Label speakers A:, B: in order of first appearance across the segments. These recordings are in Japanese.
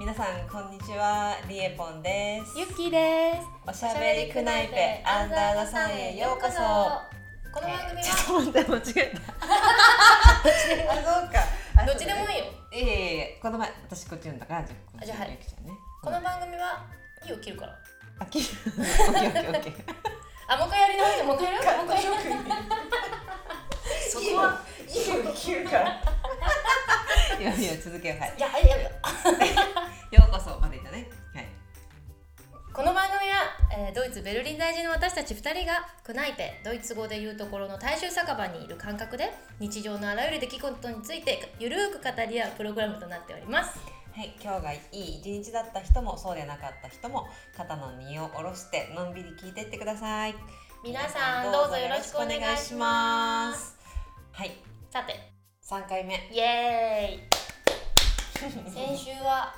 A: 皆さんこんにちはリエポンです
B: ゆっきーです。
A: おしゃべりクナイペアンダーザさんへようこそ
C: この番組
A: ち
C: は
A: ょっと待って間違えたあそうかあ
C: どっちでもいいよ。
A: いいやいやいやこの前私こっちなんだからじゃあ
C: あじゃあはい
A: ゆきちゃんね
C: この番組は火を切るから。
A: あ きオッケーオッケーオッケー
C: あ、もう一回やり直して、もう一回やるもう一回やるそこは。
A: いいよ切るからい やいや続けようはい
C: いや、はい、やるよ。
A: ようこそまでいたねはい
C: この番組は、えードイツ・ベルリン在住の私たち2人がクナイペドイツ語で言うところの大衆酒場にいる感覚で日常のあらゆる出来事についてゆるく語り合うプログラムとなっております
A: はい、今日がいい一日だった人もそうでなかった人も肩の荷を下ろしてのんびり聞いてってください
C: 皆さんどうぞよろしくお願いします
A: はい、
C: さて
A: 三回目
C: イエーイ先週は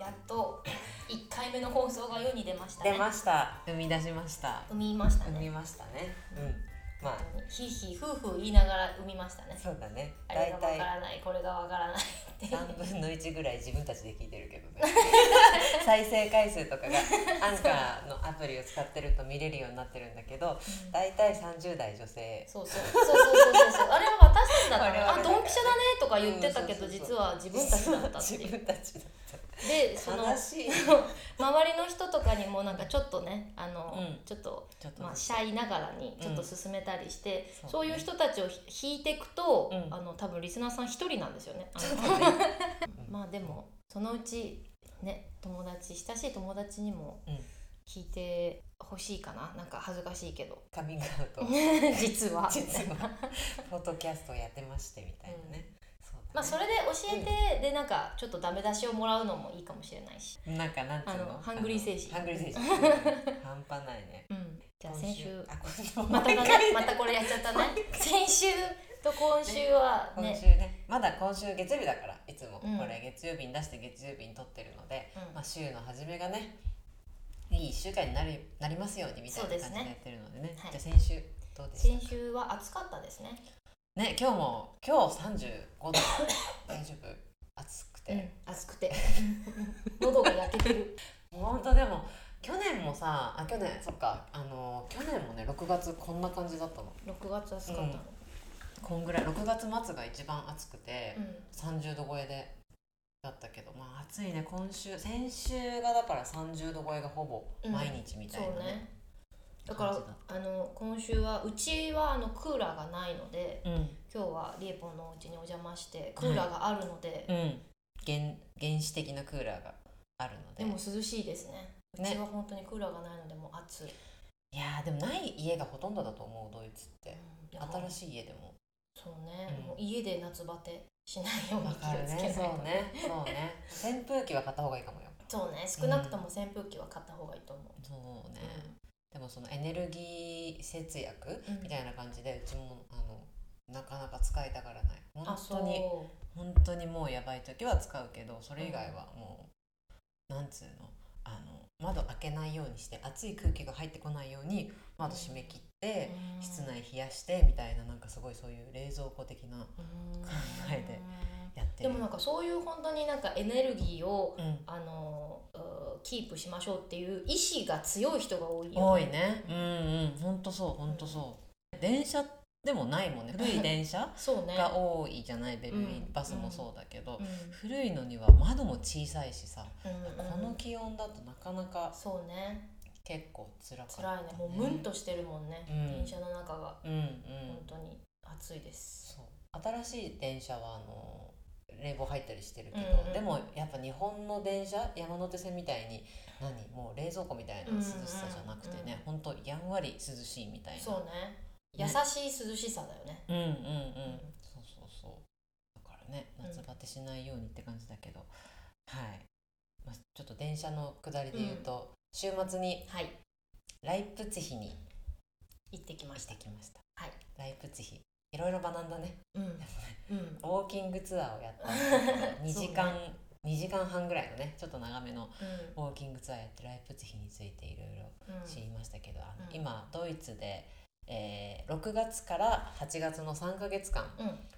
C: やっと1回目の放送が世に出ましたね
A: 出ました生み出しました
C: 産みました
A: 生み
C: ね
A: ましたねうん、まあ
C: ひいひい夫婦言いながら産みましたね
A: そうだね
C: あ
A: だ
C: れ
A: い
C: がわか
A: たい
C: らないこれがわからないっていう
A: 三分の一ぐらい自分たちで聞いてるけど ね再生回数とかがアンカーのアプリを使ってると見れるようになってるんだけどだいたい30代女性
C: そうそうそうそうそうそうそうあれは私たちだった
A: 我々
C: ね
A: だ
C: あ
A: ね
C: ドンピシャだねとか言ってたけど
A: うんそうそうそう
C: 実は自分たちだったってい
A: 自
C: う
A: 分たちだった
C: でその
A: 悲しい
C: 周りの人とかにもなんかちょっとねあの、
A: うん
C: ちょっと
A: ちょっと
C: まあ、シャイながらにちょっと
A: うん
C: 進めたりして、
A: そう
C: そういう人たちを引いていくと、
A: うん
C: あの多分リスナーさん一人なんですよね。あの まあでもそのうちね友達親しい友達にも
A: うん
C: 聞いてほしいかななんか恥ずかしいけど
A: カミングアウ ト
C: 実 は
A: 実はポッドキャストをやってましてみたいなね、そうだね
C: まあそれで教えて、でなんかちょっとダメ出しをもらうのもいいかもしれないし、
A: なんかなんつうの
C: あのハングリー精神
A: ハングリー 精神半端ないね
C: うん、じゃあ先週
A: あ 今週
C: ま
A: ま
C: ただねまたこれやっちゃったね 先週と今週は
A: 今週
C: ね
A: ねまだ今週月曜日だからいつも
C: うん
A: これ月曜日に出して月曜日に撮ってるので、
C: うん
A: まあ、週の初めがねいい1週間になるなりますようにみたいな
C: そ
A: 感
C: うで
A: じ
C: す
A: で
C: ね
A: やってるのでね
C: はい
A: じゃあ先週どうでした
C: 先週は暑かったですね。
A: ね今日も今日35度 大丈夫暑くて、
C: うん、熱くて 喉が焼けてる
A: 本当でも去年もさあ去年そっかあの去年もね6月こんな感じだったの
C: 6月暑かったの、
A: こんぐらい6月末が一番暑くて、
C: うん
A: 30度超えでだったけどまあ暑いね今週先週がだから30度超えがほぼ毎日みた
C: そ
A: いなね,、
C: うねだから
A: 感じだ
C: あの今週はうちはあのクーラーがないので
A: うん
C: 今日はリエポンのお家にお邪魔してクーラーがあるので、
A: うん原原始的なクーラーがあるので
C: でも涼しいですねう
A: ね
C: ちは本当にクーラーがないのでもう暑い、
A: いやーでもない家がほとんどだと思うドイツって新
C: い
A: しい家でも
C: そうね、
A: うん
C: もう家で夏バテしないように
A: わ
C: 気を
A: かる
C: つけ
A: ね
C: ないと
A: そうねそうね扇風機は買った方がいいかもよ
C: そうね少なくとも扇風機は買った方がいいと思う、
A: そうね、
C: うん
A: でもそのエネルギー節約
C: うん
A: みたいな感じで、うちもあのなかなか使いたがらない本
C: あそ
A: 当
C: う
A: に本当にもうやばい時は使うけどそれ以外はもう、なんつうのあの窓開けないようにして暑い空気が入ってこないように窓閉め切って、
C: うん
A: 室内冷やしてみたいななんかすごいそういう冷蔵庫的な
C: うん
A: 考えてやって
C: で
A: る
C: もなんかそういう本当になんかエネルギーを、
A: うん
C: あのうーキープしましょうっていう意志が強い人が多いよ、ね、
A: 多いねうんうんほんとそうほんとそう、電車でもないもんね古い電車
C: そうね
A: が多いじゃないベルリン、
C: うん
A: バスもそうだけど、
C: うん
A: 古いのには窓も小さいしさ、
C: うん
A: この気温だとなかなか
C: そうね
A: 結構辛かった、
C: 辛いねもうムンとしてるもんね、
A: うん
C: 電車の中が
A: うんうん
C: 本当に暑いです、
A: そう新しい電車はあの冷房入ったりしてるけど、
C: うんうん
A: でもやっぱ日本の電車山手線みたいに何もう冷蔵庫みたいな涼しさじゃなくてね、ほんとやんわり涼しいみたいな
C: そうね優しい涼しさだよね
A: うんうんうん、
C: ん
A: そうそうそうだからね
C: うん
A: 夏バテしないようにって感じだけど、はい、まあ、ちょっと電車の下りで言うと、週末に
C: はい
A: ライプツィヒに
C: 行ってきまし
A: したてきました
C: はい
A: ライプツィヒいろいろ学んだね
C: うんうん
A: ウォーキングツアーをやったんだけど2
C: そう
A: 時
C: ね
A: 間、2時間半ぐらいのねちょっと長めの
C: うん
A: ウォーキングツアーやってライプツィヒについていろいろ
C: うん
A: 知りましたけど、あの
C: うん
A: 今ドイツで、えー6月から8月の3ヶ月間
C: うん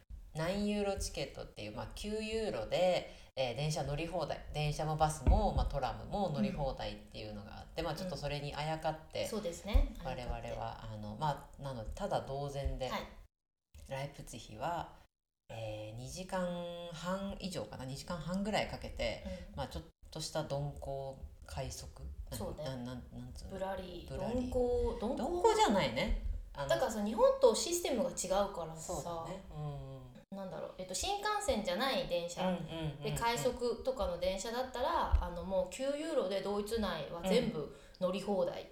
A: 9ユーロチケットっていう、まあ、9ユーロで、えー電車乗り放題電車もバスも、まあ、トラムも乗り放題っていうのがあって、まあ、ちょっとそれにあやかって、
C: そうですね
A: 我々はあの、まあ、なのでただ同然で、
C: はい
A: ライプツィヒは、え2時間半以上かな2時間半ぐらいかけて、
C: う
A: まあ、ちょっとした鈍行快速なん
C: そうね
A: なんなんなんつうんの
C: ぶらり
A: ぶらり
C: 鈍行鈍
A: 鈍
C: 行
A: 行じゃないねあの
C: だからさ日本とシステムが違うからさ、
A: そうだねうん
C: なんだろう、えっと、新幹線じゃない電車、
A: うんうんうん
C: で快速とかの電車だったらあのもう9ユーロでドイツ内は全部乗り放題っ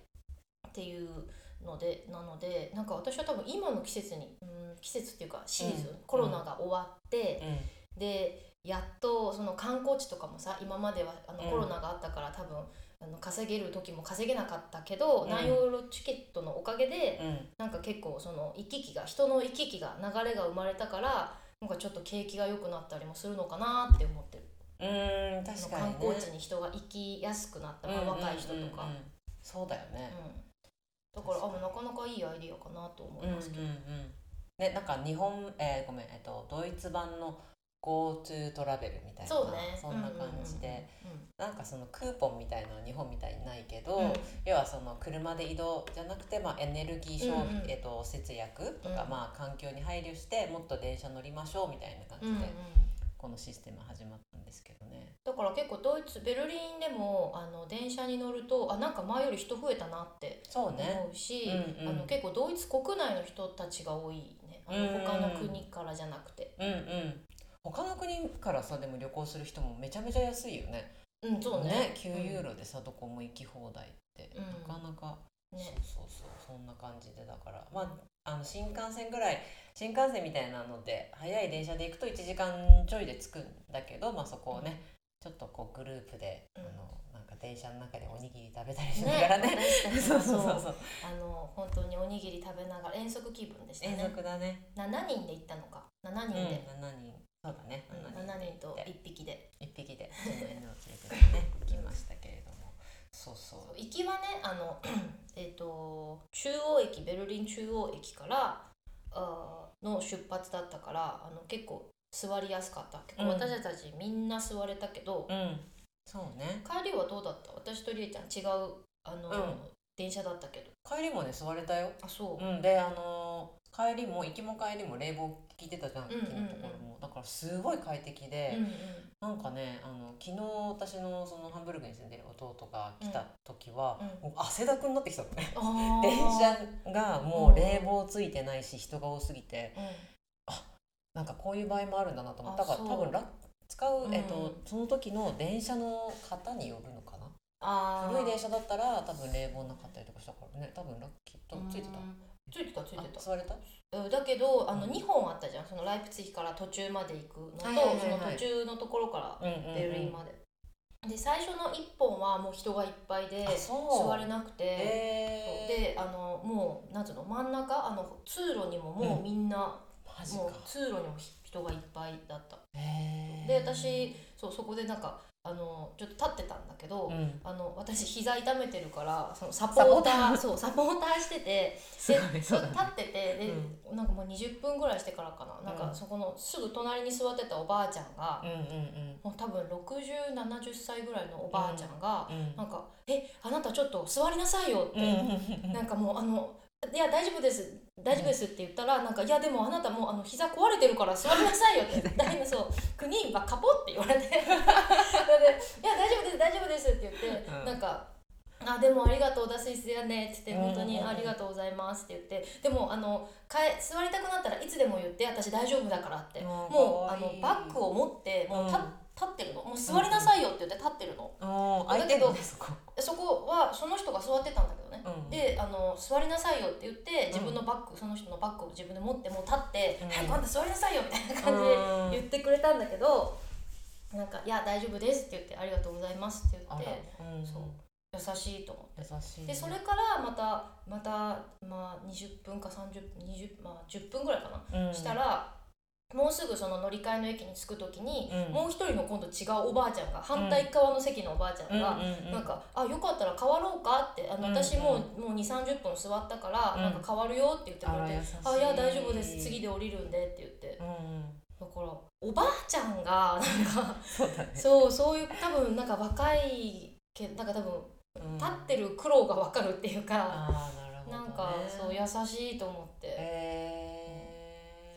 C: ていうので、なのでなんか私は多分今の季節に、うん、季節っていうかシーズン、
A: うん
C: コロナが終わって
A: う、ん
C: でやっとその観光地とかもさ今まではあの
A: うん
C: コロナがあったから多分あの稼げる時も稼げなかったけど、
A: うん
C: ナイオーロチケットのおかげで、
A: うん
C: なんか結構その行き来が人の行き来が流れが生まれたからなんかちょっと景気が良くなったりもするのかなって思ってる、
A: うん確かに
C: 観
A: ね
C: 光地に人が行きやすくなった、まあ
A: うんうん
C: 若い人とか、
A: うんうんそうだよね、
C: うんだからあもうなかなかいいアイディアかなと思いますけど、
A: うんうんうん、でなんか日本、えーごめん、えっとドイツ版の GoTo トラベルみたいな
C: そうね
A: そんな感じで、、
C: うん
A: なんかそのクーポンみたいのは日本みたいにないけど、
C: うんうんうん
A: 要はその車で移動じゃなくて、まあ、エネルギー消費、
C: うんうん
A: えっと節約とか、
C: うん
A: まあ、環境に配慮してもっと電車乗りましょうみたいな感
C: うん
A: じ
C: うん
A: で、このシステム始まったんですけどね。
C: だから結構ドイツベルリンでもあの電車に乗るとあなんか前より人増えたなって
A: そうね
C: 思うし、
A: うんうん
C: あの結構ドイツ国内の人たちが多いねあ
A: う
C: の
A: んうん
C: 他の国からじゃなくて、
A: うんうん他の国からさでも旅行する人もめちゃめちゃ安いよね。
C: うんそうね
A: 9ユーロでさ、どこも行き放題って、
C: うん
A: なかなか、
C: うんね
A: そうそうそうそんな感じでだからまああの新幹線ぐらい新幹線みたいなので早い電車で行くと1時間ちょいで着くんだけど、まあ、そこをね、ちょっとこうグループで、
C: うん
A: あのなんか電車の中でおにぎり食べたりしながらね
C: 私たち
A: そう
C: も
A: そ
C: そうう
A: そうそう
C: あの本当におにぎり食べながら遠足気分でした
A: 遠
C: ね
A: 足だね、
C: 7人で行ったのか7
A: うん、
C: 人
A: 7
C: で、
A: 人そうだね
C: うん
A: 7
C: 7
A: 人
C: 人と1匹で
A: 1匹でその犬を連れてね 行きましたけれどもそうそう
C: そう行きはねあの えっと中央駅ベルリン中央駅からあーの出発だったからあの結構座りやすかった結構
A: うん
C: 私たちみんな座れたけど、
A: うんそうね
C: 帰りはどうだった私とりえちゃん違うあの、
A: うん
C: 電車だったけど
A: 帰りもね座れたよ
C: あそう、
A: うん、であのー帰りも行きも帰りも冷房効いてたじゃん
C: うんうんうん
A: 昨日のところもだからすごい快適で、
C: うんうん
A: なんかねあの昨日私のそのハンブルクに住んでる弟が来た時は、
C: うん
A: もう汗だくになってきたのね
C: あー
A: 電車がもう冷房ついてないし人が多すぎて
C: うん
A: なんかこういう場合もあるんだなと思ってだ
C: あ
A: から
C: そう
A: 多分ら使う、えっ
C: うんう
A: と
C: ん
A: その時の電車の方によるのかな
C: あー
A: 古い電車だったら多分冷房なかったりとかしたからね多分ラッキーとついてた
C: う。んついてたついて
A: あ
C: た
A: 座れた
C: うんだけどあの
A: うん
C: 2本あったじゃんそのライプツィヒから途中まで行くのと、
A: はいはいはいはい
C: その途中のところか
A: うんうんう
C: ら
A: ん
C: ベルリンまで、で最初の1本はもう人がいっぱいで
A: あそう
C: 座れなくて、そう
A: え
C: であのもうなんつうの真ん中あの通路にもも
A: う
C: うみんな、
A: ー、マジ
C: もう
A: か。
C: 通路にも人がいっぱいだった
A: へー
C: で私、そうそこでなんかあのちょっと立ってたんだけど、
A: うん、
C: あの私膝痛めてるからそのサポーターそうサポーターしてて
A: すごい
C: そ
A: そううだね
C: 立っててで、なんかもう20分ぐらいしてからかななん
A: う
C: か
A: ん
C: そこのすぐ隣に座ってたおばあちゃんが
A: う、んうん
C: もう多分6070歳ぐらいのおばあちゃんが、
A: うんうん。
C: なんか「えあなたちょっと座りなさいよ」って、なんかもうあの「いや大丈夫です大丈夫です」って言ったら、なんか「いやでもあなたもうあの膝壊れてるから座りなさ いよ」って「大変そう9人はカポ」って言われてそれで「いや大丈夫です大丈夫です」って言って、
A: うん
C: なんか「あでもありがとうダスイスやね」って言って
A: う
C: 「
A: ん
C: 本当にありがとうございます」って言って「でもあのかえ座りたくなったらいつでも言って私大丈夫だから」って
A: うん
C: もう
A: か
C: あ
A: わい
C: の
A: い
C: バッグを持ってもう立,、
A: うん
C: 立ってるのもう座りなさいよって言って立ってるの。
A: おー空い
C: だ
A: て
C: け
A: る
C: ど
A: ねそこ。
C: そこはその人が座ってたんだけどね、
A: うん
C: であの「座りなさいよ」って言って
A: ん
C: 自分のバッグ、その人のバッグを自分で持ってもう立って「
A: うん
C: はい今度座りなさいよ」みたいな感じで言ってくれたんだけど「なんかいや大丈夫です」って言って「ありがとうございます」って言
A: あ
C: っ
A: ら
C: て、
A: うん、
C: そう優しいと思って。
A: 優しいね。
C: でそれからまたまた、まあ、20分か30 20、まあ、10分ぐらいかな、
A: うん
C: した、らもうすぐその乗り換えの駅に着く時に、
A: うん
C: もう一人の今度違うおばあちゃんが反対側の席のおばあちゃん
A: うんうん
C: が、
A: うん、
C: なんか「あよかったら変わろうか?」ってあの
A: うん
C: 私もう,、もう2 3 0分座ったから、
A: うん
C: なんか変わるよって言ってくれ
A: あら優
C: て
A: しい
C: 「あいや大丈夫です次で降りるんで」って言って
A: う、んうん、
C: だからおばあちゃんがなんか
A: そうだね
C: そうそういう多分なんか若いけなんか多分
A: うん
C: 立ってる苦労がわかるっていうか、
A: あーなるほど、
C: な
A: ね、
C: んかそう優しいと思って。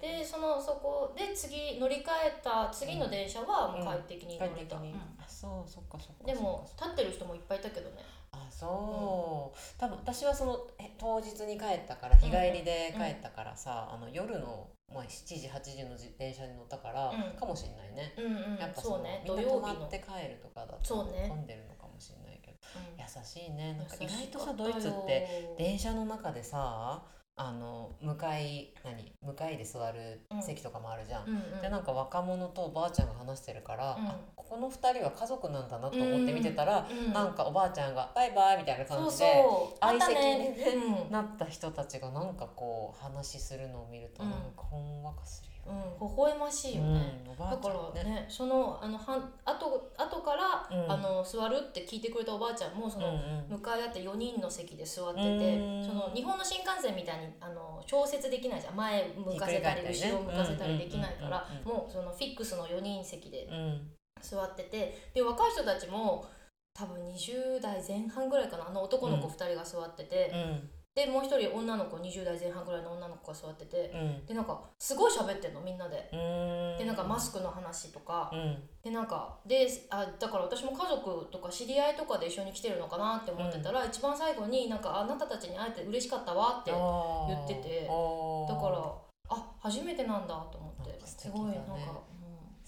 A: えー、
C: でそのそこで次乗り換えた次の電車はもう快適に乗れ
A: 帰ってき
C: た、
A: に、
C: うん
A: あそうそっかそっか
C: でも
A: そっか
C: 立ってる人もいっぱいいたけどね
A: あそう、多分私はそのえ当日に帰ったから日帰りで帰ったからさ、あの夜の、まあ、7時8時のじ電車に乗ったから、
C: うん
A: かもしれないね
C: うんうん
A: やっぱ
C: そ
A: そう
C: ね
A: みん
C: 土
A: な
C: 曜
A: 泊ま
C: 日の
A: って帰るとかだ
C: そう
A: と
C: ね
A: 混んでるのかもしれないけど、
C: うん
A: 優しいねなんか意
C: 優
A: 外
C: し
A: と
C: かった
A: さ
C: よ
A: ドイツって電車の中でさあの向かい何向かいで座る席とかもあるじゃん。
C: うんうん
A: でなんか若者とおばあちゃんが話してるから、
C: うん
A: あここの2人は家族なんだなと思って見てたら、
C: うん
A: なんかおばあちゃんが「バイバイ」みたいな
C: そ
A: 感
C: う
A: じで
C: そう
A: 相
C: また
A: 席
C: ね
A: にねなった人たちがなんかこう話するのを見ると
C: うん
A: なんかほんわかする
C: う
A: よ
C: ん、うん、微笑ましいよね、
A: うんおばあ
C: だ
A: ち
C: か
A: ゃん
C: らねそのあのはん後後から、
A: うん
C: あの座るって聞いてくれたおばあちゃんもその、
A: うんうん
C: 向かい合って4人の席で座って
A: う
C: て
A: ん
C: その日本の新幹線みたいにあの調節できないじゃん前向かせたり
A: ひっくり返ったりね
C: 後ろ向かせたりできないから
A: うんうんうん
C: もうそのフィックスの4人席で
A: うん
C: 座っててで若い人たちも多分20代前半ぐらいかなあの男の子
A: うん
C: 2人が座ってて、
A: うん
C: でもう1人女の子20代前半ぐらいの女の子が座ってて
A: うん
C: でなんかすごい喋ってんのみんなで。
A: うん
C: でなんかマスクの話とか、
A: うん
C: でなんかであだから私も家族とか知り合いとかで一緒に来てるのかなって思ってたら、一番最後になんかあなたたちに会えて嬉しかったわってだか
A: 言
C: 言っててらあ初めてなんだと思って、
A: なんか素
C: す
A: 敵だ
C: ご
A: ね
C: いなんか、
A: 素
C: うん、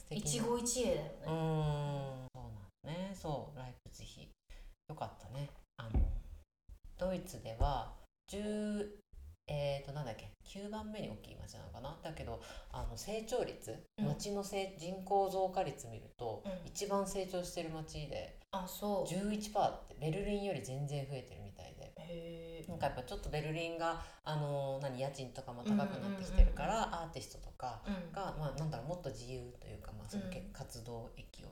A: 敵な
C: 一期一会だよね、
A: うーんそうなんねそうライプツィヒよかったねあのドイツでは10えー、となんだっけ9番目に大きい町なのかなだけどあの成長率
C: うん
A: 町のせい、人口増加率見ると、
C: うん
A: 一番成長してる町で
C: あそう
A: 11%ってベルリンより全然増えてるみたいで
C: へえ
A: なんかやっぱちょっとベルリンがあの何家賃とかも高くなってきてるから、アーティストとか
C: うん
A: が、まあ、なんだろうもっと自由というか、まあ、そのけ
C: うん
A: 活動益を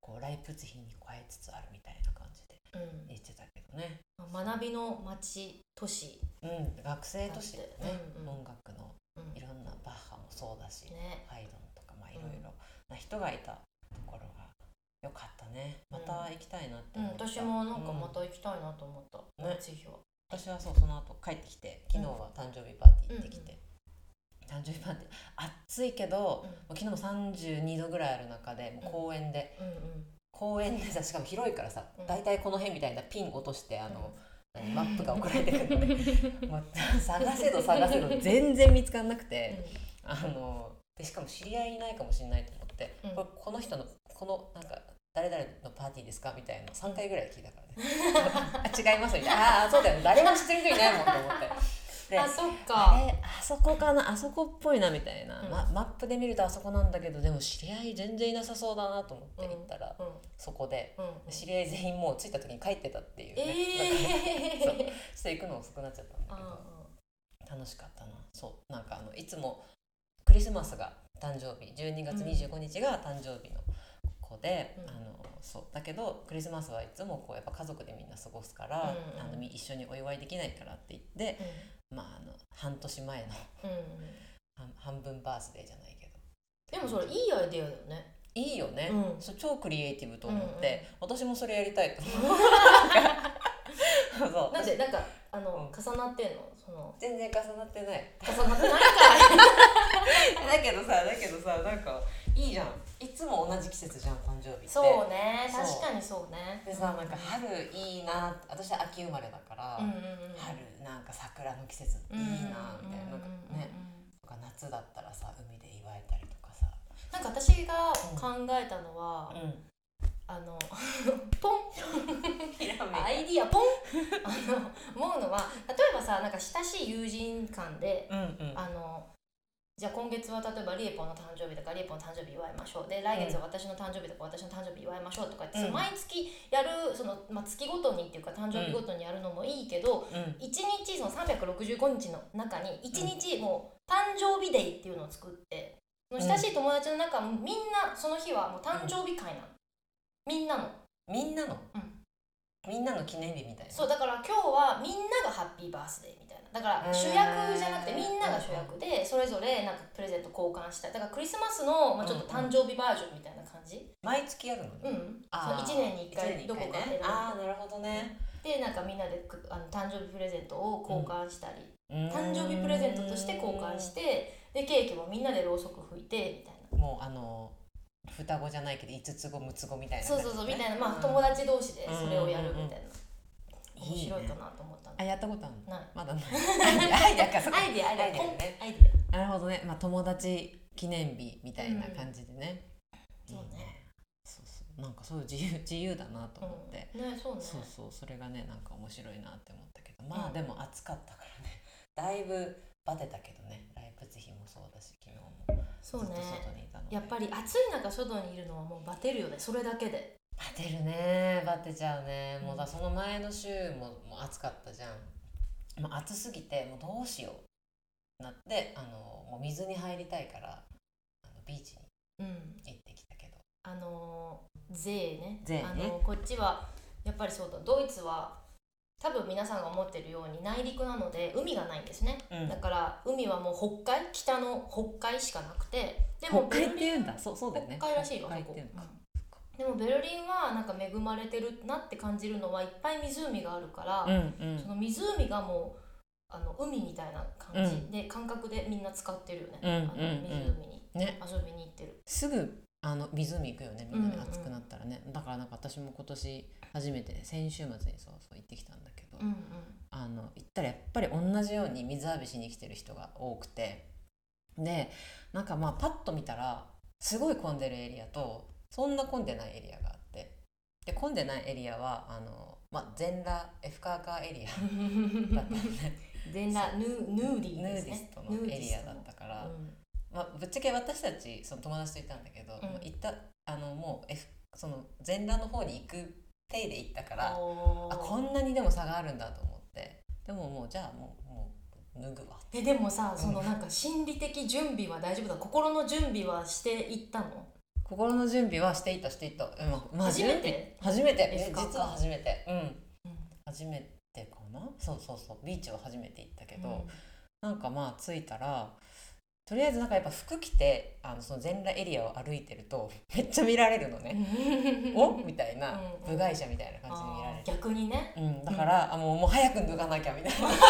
A: こうライプツィヒに加えつつあるみたいな感じで言ってたけどね、
C: うん、学びの街都市
A: うん、学生都市だよね、
C: うんうん
A: 音楽の
C: うん
A: いろんなバッハもそうだし、
C: ね
A: ハイドンとか、まあ、いろいろな人がいたところが良かったねまた行きたいなって
C: うん、
A: 思った、
C: 私もなんかま
A: う
C: た行きたいなと思った、
A: うんね
C: ぜひは
A: 私はそうその後帰ってきて昨日は誕生日パーティー行ってきて、誕生日パーティー暑いけど、もう昨日も32度ぐらいある中でもう公園で
C: うんうん
A: 公園でさしかも広いからさ、
C: うん
A: 大体この辺みたいなピン落としてあの、
C: うん
A: マップが送られてくる のでもう探せど探せど全然見つからなく
C: うん
A: て、あのでしかも知り合いいないかもしれないと思って、
C: うん
A: これこの人のこのなんか誰々のパーティーですかみたいな3回ぐらい聞いたからね あ違いますみたいなああそうだよね誰も知ってる人いないもんと思って。 で
C: あそっか
A: えあそこかなあそこっぽいなみたいな、
C: うん
A: まマップで見るとあそこなんだけどでも知り合い全然いなさそうだなと思って行ったら、
C: うん
A: そこで
C: うん
A: 知り合い全員もう着いた時に帰ってたっていうね、
C: え
A: なんかねそう
C: え
A: ちょっと行くの遅くなっちゃったんだ
C: あ
A: け
C: あ
A: ど楽しかったなそうなんかあのいつもクリスマスが誕生日12月25日が誕生日の子で、
C: うん
A: あのそうだけどクリスマスはいつもこうやっぱ家族でみんな過ごすから、
C: うんうん
A: あのみ一緒にお祝いできないからって言って、まああの半年前の
C: うん、うん、
A: 半半分バースデーじゃないけど
C: でもそれいいアイデアだよね
A: いいよね、
C: うん
A: そう超クリエイティブと思って、私もそれやりたいと思っ てそう
C: なんでなんかあ
A: う
C: の、重なってんの その
A: 全然重なってない
C: 重なってないか
A: だけどさだけどさなんかいいじゃんいつも同じ季節じゃん誕生日って
C: いそうね
A: そう
C: 確かにそうね
A: でさなんか春いいな私は秋生まれだから、
C: うんうんうん
A: 春なんか桜の季節いいなみたいな,、なんか
C: うんうんうんうん
A: ねとか夏だったらさ海で祝えたりとかさ、
C: なんか私が考えたのは、
A: う
C: あの ポン
A: ん、 ひらめ
C: アイディアポンあの思うのは例えばさなんか親しい友人間で
A: うんうん
C: あのじゃあ今月は例えばリエポンの誕生日だからリエポンの誕生日祝いましょうで来月は私の誕生日とか私の誕生日祝いましょうとかっ
A: う
C: て、
A: ん
C: その毎月やるその、まあ、月ごとにっていうか誕生日ごとにやるのもいいけど、
A: うん
C: 1日その365日の中に1日もう誕生日デイっていうのを作ってその親しい友達の中もみんなその日はもう誕生日会なの、みんなの
A: みんなの、
C: うん
A: みんなの記念日みたいな
C: そうだから今日はみんながハッピーバースデーみたいなだから主役じゃなくて
A: へー
C: みんなが主役でそれぞれなんかプレゼント交換したいだからクリスマスの、まあ、ちょっと誕生日バージョンみたいな感じ
A: 毎月やるのね、
C: うん、
A: あー
C: そう1年に1回どこかで、
A: ねああなるほどね
C: でなんかみんなでくあの誕生日プレゼントを交換したり、誕
A: 誕
C: 生日プレゼントとして交換してでケーキもみんなでろうそく吹いてみたいな
A: もうあの双子じゃないけど五つ子六つ子みたいな、
C: そうそうそうみたいなまあ
A: うん
C: 友達同士でそれをやるみた
A: うんうんう
C: いな
A: ん
C: 面白いかなと思ったの
A: あやったことあるの
C: ない
A: まだないアイデアかそっか
C: アイディアアイディ
A: ア
C: ア
A: イデアだよね
C: アイディ
A: なるほどねまあ友達記念日みたいな感じでね、
C: うんそうね
A: そうそうなんかそういう自由自由だなと
C: ア
A: 思って、
C: うんねそうね
A: そうそうそれがねなんか面白いなって思ったけどまあ、
C: うん
A: でも暑かったからねだいぶバテたけどねライブツヒもそうだし昨日もず
C: そ
A: っ
C: う
A: と
C: ね
A: 外にいたので、
C: やっぱり暑い中外にいるのはもうバテるよねそれだけで
A: バテるねバテちゃうねもう
C: う
A: だ
C: ん
A: その前の週ももう暑かったじゃんもう暑すぎてもうどうしようなってあのもう水に入りたいからあのビーチに
C: うん
A: 行ってきたけど
C: あのー税ね
A: 税ね
C: あのーこっちはやっぱりそうだドイツは多分皆さんが思ってるように内陸なので海がないんですね、
A: うん
C: だから海はもう北海北の北海しかなくてでも
A: 北海っ
C: ベ
A: て
C: ルリン
A: 言うんだそうそうだよね
C: 北海らしいよ
A: 北
C: あ
A: 海っ
C: そ
A: て
C: こ
A: いうのか、
C: うんでもベルリンはなんか恵まれてるなって感じるのはいっぱい湖があるから、
A: うんうん
C: その湖がもうあの海みたいな感
A: う
C: じ、
A: ん
C: で感覚でみんな使ってるよね、
A: うんうん
C: あの
A: うん
C: 湖に
A: ね
C: 遊びに行ってる、
A: すぐあの湖行くよねみんなね
C: うんうん
A: 暑くなったらね、だからなんか私も今年初めて先週末にそうそう行ってきたんだけど、
C: うんうん、
A: あの行ったらやっぱり同じように水浴びしに来てる人が多くてでなんかまあパッと見たらすごい混んでるエリアとそんな混んでないエリアがあってで混んでないエリアはあの、まあ、全裸 F カーカーエリア だったんで
C: 全裸ヌーヌーディ
A: ヌ
C: ーで
A: ー
C: す
A: ディス
C: ね
A: トのエリアだったか
C: た
A: ら、まあ、ぶっちゃけ私たちその友達といたんだけど、
C: ん
A: まあ行ったあのもう、F、その全裸の方に行く手で行ったから。あこんなにでも差があるんだと思ってでももうじゃあもうもう脱ぐわ
C: えでもさ
A: うん
C: そのなんか心理的準備は大丈夫だ心の準備はしていったの
A: 心の準備はしていったしていった、うんままあ
C: 初めて
A: 準備初めて
C: です
A: え
C: か
A: 実は初めてうん
C: うん
A: 初めてかなそうそうそうビーチは初めて行ったけど、
C: うん
A: なんかまあ着いたらとりあえずなんかやっぱ服着てあのその全裸エリアを歩いてるとめっちゃ見られるのね、おみたいな
C: うんうん
A: 部外者みたいな感じで見られ
C: あ
A: る
C: ー逆にね
A: うん、だから、あもうもう早く脱がなきゃみた いななんか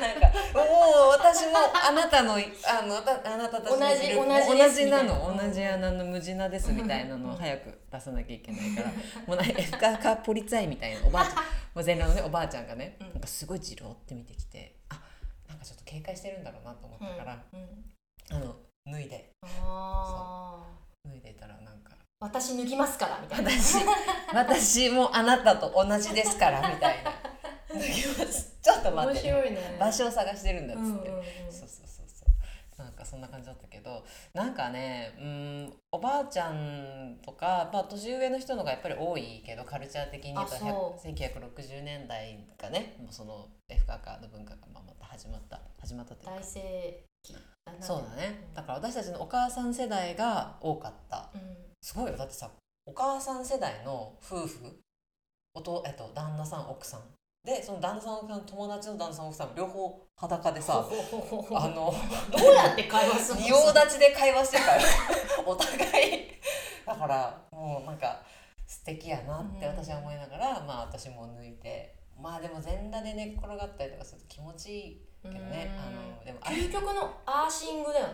A: なんかもう私もあな たのあのたあなたたちの
C: 同じ
A: グループ
C: 同じ
A: も
C: です
A: 同じな
C: みたい
A: の
C: な
A: 同じ穴の無地なですみたいなのを早く出さなきゃいけないからもうなんかエフカカポリツァイみたいなお ばあちゃんもう全裸のねおばあちゃんがね、
C: うん
A: なんかすごいじろーって見てきてあなんかちょっと警戒してるんだろうなと思ったから、
C: うんうん
A: あの脱いで
C: あー
A: 脱いでたらなんか
C: 私脱ぎますからみたいな
A: 私私もあなたと同じですからみたいな脱ぎますちょっと待っ
C: 面
A: てね、
C: 白いね
A: 場所を探してるんだっつ
C: う
A: って、
C: んうんうん
A: そうそうそうそうなんかそんな感じだったけどなんかねうんおばあちゃんとか、まあ、年上の人のがやっぱり多いけどカルチャー的に言うと
C: あそ
A: 1960年代がねもうその F カーカーの文化がまあまた始まった始まったという
C: 大
A: か
C: 成期だな
A: そうだね
C: うん
A: だから私たちのお母さん世代が多かった
C: うん
A: すごいよだってさお母さん世代の夫婦おと、えっと、旦那さん奥さんでその旦那さん奥さん友達の旦那さん奥さんも両方裸でさ
C: ほほほほ
A: あ
C: ほ
A: の
C: どうやって会話するの
A: 仁王立ちで会話してた よお互いだからもうなんか素敵やなって私は思いながら、まあ私も抜いてまあでも全裸で寝っ転がったりとかすると気持ちいいけどね
C: うん
A: あのでもあれ
C: 究極のアーシングだよね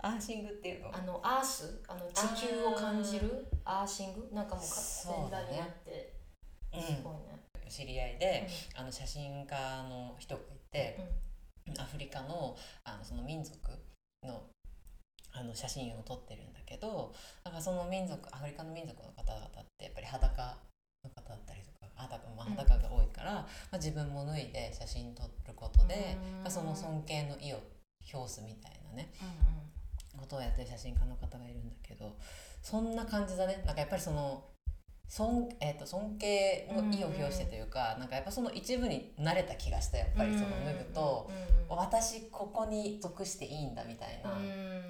A: アーシングっていうの
C: あのアースあの地球を感じるアーシングなんかもう
A: そう
C: 全
A: だ
C: 体
A: ね
C: になって
A: う
C: すごいね
A: ん、知り合いであの写真家の人がいて、
C: うん
A: アフリカのあのその民族のあの写真を撮ってるんだけどなんかその民族アフリカの民族の方々ってやっぱり裸の方だったりとか裸,、まあ、
C: うん
A: 裸が多いから、まあ、自分も脱いで写真撮ることで、
C: うん
A: まあ、その尊敬の意を表すみたいなね
C: う
A: ことをやってる写真家の方がいるんだけどそんな感じだねなんかやっぱりその尊,、えー、と尊敬の意を表してというか、なんかやっぱその一部に慣れた気がしたやっぱ
C: んうん
A: りその脱ぐと。
C: うん
A: 私ここに属していいんだみたいな、
C: うんうん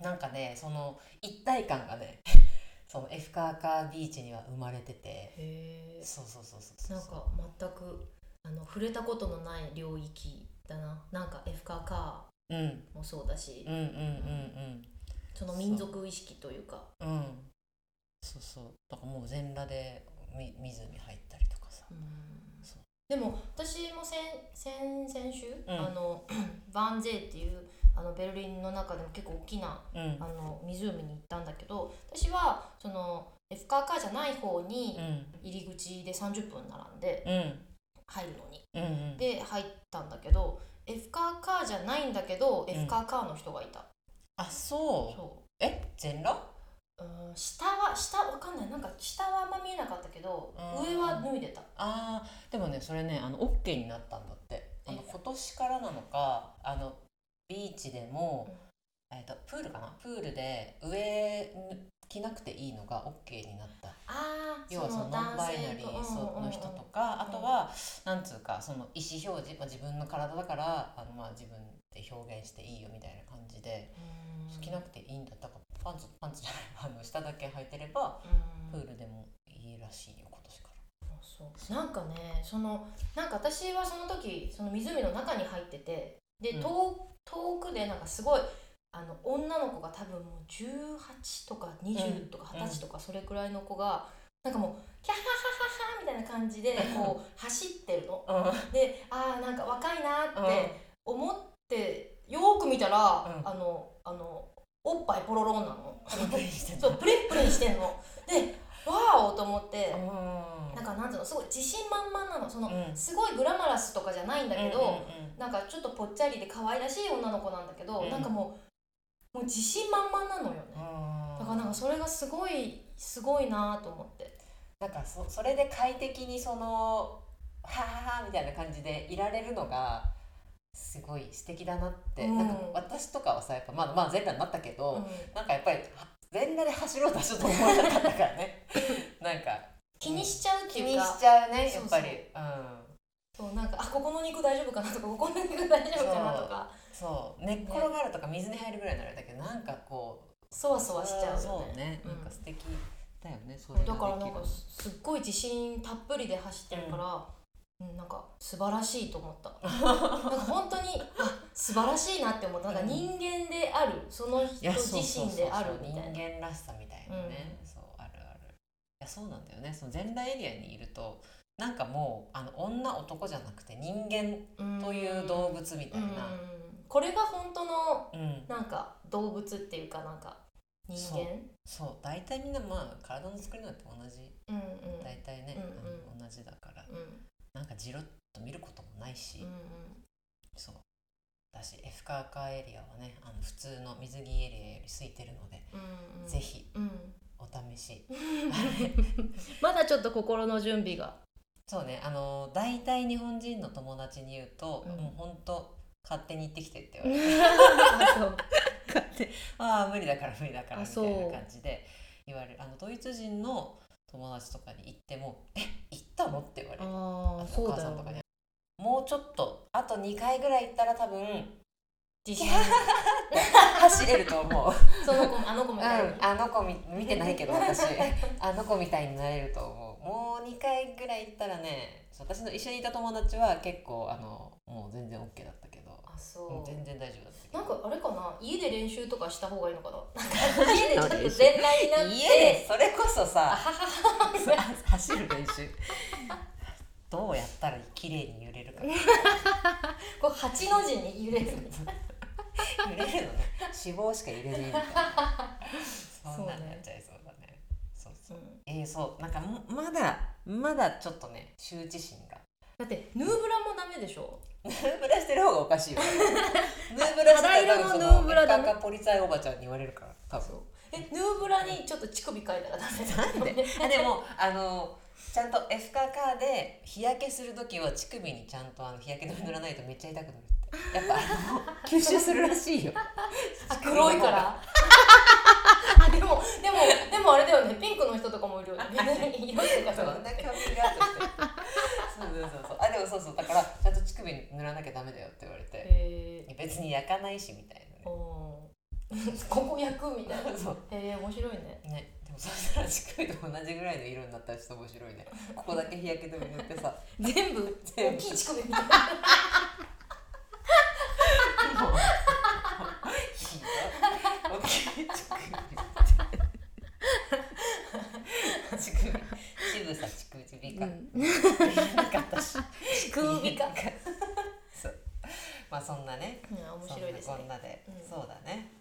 A: なんかねその一体感がね そのエフカーカービーチには生まれてて
C: へ
A: そうそうそうそうそう
C: なんか全くあの触れたことのない領域だななんか F カーカ
A: うんうん
C: ーもそうだし、
A: うんうん
C: その民族意識というか
A: うんうんそうそうだからもう全裸でみ湖入ったりとかさ
C: うん
A: そう
C: でも私も先先先週、
A: ん
C: あの バーンゼーっていうあのベルリンの中でも結構大きな
A: うん
C: あの湖に行ったんだけど私はその F カーカーじゃない方に
A: うん
C: 入り口で30分並んで
A: うん
C: 入るのに
A: うんうん
C: で入ったんだけど F カーカーじゃないんだけど
A: ん
C: F カーカーの人がいた、
A: あそう
C: そ
A: え全裸
C: ううん下は下わかんないなんか下はあんま見えなかったけど
A: うん
C: 上は脱いでた
A: あーでもねそれねあの OK になったんだってあの
C: え
A: 今年からなのかあのビーチでも、えっとプールかなプールで上着なくていいのが OK になった
C: あー
A: 要はそのノンバイナリー
C: 男性と
A: の人
C: うんうん
A: と
C: う
A: か
C: ん
A: あとはなんつうかその意思表示、まあ、自分の体だからあのまあ自分で表現していいよみたいな感じで
C: うん
A: 着なくていいんだったからパンツパンツじゃない あの下だけ履いてれば
C: うん
A: プールでもいいらしいよ今年から。
C: そうなんかねそのなんか私はその時その湖の中に入っててで、
A: うん
C: 遠遠くでなんかすごいあの女の子が多分もう18とか20とか
A: うん
C: 20歳とかそれくらいの子が、なんかもうキャハハハハみたいな 感じでこう走ってるの。
A: うん
C: であーなんか若いなーっ
A: うん
C: て思って、よーく見たら、
A: うん
C: あのあのおっぱいポロロンなの。
A: プリプリしてん
C: そ
A: だ
C: うプリンプリンしてんの。でわーおと思って。
A: うん
C: なんかなんていうのすごい自信満々なのその、
A: うん
C: すごいグラマラスとかじゃないんだけど、
A: うんうん
C: なんかちょっとぽっちゃりで可愛らしい女の子なんだけど、
A: うん
C: なんかもうもう自信満々なのよね、
A: うん
C: だからなんかそれがすごいすごいなと思って
A: なんかそそれで快適にその「ははは」みたいな感じでいられるのがすごい素敵だなって、
C: うん
A: なんか私とかはさやっぱまあまあ全裸になったけど、
C: うん
A: なんかやっぱりは全裸で走ろうとはちょっと思わなかったから ねなんか
C: 気にしちゃうって
A: 気
C: い
A: にし
C: うか
A: ちゃうね
C: そ
A: や
C: う
A: っ
C: そ
A: ぱ
C: う
A: りうん
C: そうなんかあここの肉大丈夫かなとかここの肉大丈夫かなとか
A: そう寝っ転がるとか水に入るぐらいならあれだけどなんかこう
C: そわそわしちゃうよ
A: そうねなんか
C: うん
A: 素敵だよね、それが
C: だから
A: でき
C: なん
A: る
C: かすすっごい自信たっぷりで走ってるから、うんなんか素晴らしいと思った なんか本当にあ素晴らしいなって思ったなんか人間であるその
A: い
C: 人
A: や
C: 自身であるみたいな
A: 人間らしさみたいなね、そうあるあるいやそうなんだよねその全裸エリアにいるとなんかもうあの女男じゃなくて人間
C: うん
A: という動物みたいな
C: うんこれが本当の
A: うん、
C: なんか動物っていうかなんか人間
A: そうそう大体みんなまあ体の作りなんて同じ
C: うんうん
A: 大体ね、
C: うんうん
A: あの同じだから
C: うん
A: なんかじろっと見ることもないし、
C: うんうん
A: そうだし F カーカーエリアはねあの普通の水着エリアより空いてるので、
C: うんうん
A: ぜひ
C: うん
A: お試し
C: まだちょっと心の準備 が
A: そうねあの大体日本人の友達に言うと、
C: うん
A: もう本当勝手に行ってきてって言われて、 ああ無理だから無理だから
C: あ
A: みたい
C: そう
A: な感じで言われるあのドイツ人の友達とかに行っても「え行ったの?」って言われる
C: あ
A: あと
C: あそ
A: お
C: う
A: 母
C: だ
A: さ
C: よ
A: んとかに
C: ね
A: もうちょっとあと2回ぐらい行ったら多分
C: 自信
A: 走れると思 う、
C: その子もあの子
A: うん、
C: もいたよね
A: あの子み見てないけど私 あの子みたいになれると思うもう2回ぐらい行ったらねそう私の一緒にいた友達は結構あのもう全然 OK だったけど
C: あ
A: うん
C: そ
A: 全然大丈夫だったけど
C: うなんかあれかな家で練習とかした方がいい のかななんか家でちょっと全裸になって
A: 家でそれこそさ 走る練習どうやったら綺麗に揺れ るか揺
C: こう八の字 に揺れる
A: れるのね脂肪しか揺れないみたいなそんなんなっちゃいそうだねそうそうえー、そうなんかもまだまだちょっとね羞恥心が
C: だってヌーブラもダメでしょ
A: ヌーブラしてる方がおか しいわヌーブラしてたら多分そ
C: 肌色のヌー
A: の
C: ブラだね
A: カカポリツァイおばちゃんに言われるから多分
C: そうえヌーブラにちょっと乳首かいたらダメだ
A: なんで あでもあのちゃんと F カーカーで日焼けする時は乳首にちゃんとあの日焼け止め塗らないとめっちゃ痛くなるってやっぱあの吸収するらしいよ
C: あ黒いから あでもでもでもあれだよねピンクの人とかもいるよね色ってか
A: そ
C: そうう
A: あんなキャミングアウトしてそうそうそうそうあでもそうそうだからちゃんと乳首に塗らなきゃダメだよって言われて
C: へえ
A: 別に焼かないしみたいな
C: おーここ焼くみたい な
A: ねそう
C: へえ面白いね
A: ねでもそしたら乳首と同じぐらいの色になったらちょっと面白いねここだけ日焼け止め塗ってさ
C: 全部
A: 全
C: 大
A: 部
C: きい乳首みたいな
A: ひどい大きい乳首乳首乳房乳首か、なかったし
C: 乳首か
A: そうまあそんなね
C: うん面白いです
A: そんな
C: ね
A: こんなで、
C: うん
A: そうだね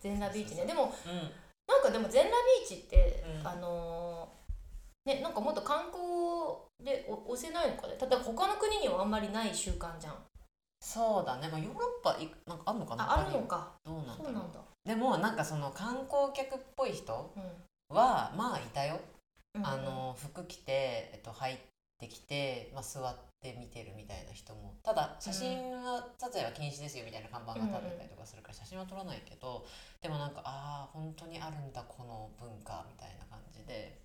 C: 全裸ビーチねでも
A: うん
C: なんかでも全裸ビーチって、
A: うん
C: あのーねなんかもっと観光でお押せないのかね例えば他の国にはあんまりない習慣じゃん
A: そうだねまあヨーロッパいなんかあるのかな
C: ああ
A: 他
C: る
A: に
C: のか
A: どうなんだ
C: そう
A: ろう
C: なんだ
A: でもなんかその観光客っぽい人
C: うん
A: はまあいたよ、
C: うん
A: あの服着て、えっと、入ってきて、まあ、座って見てるみたいな人もただ写真は撮影は禁止ですよみたいな看板が立ってたりとかするから写真は撮らないけどでもなんかああ本当にあるんだこの文化みたいな感じで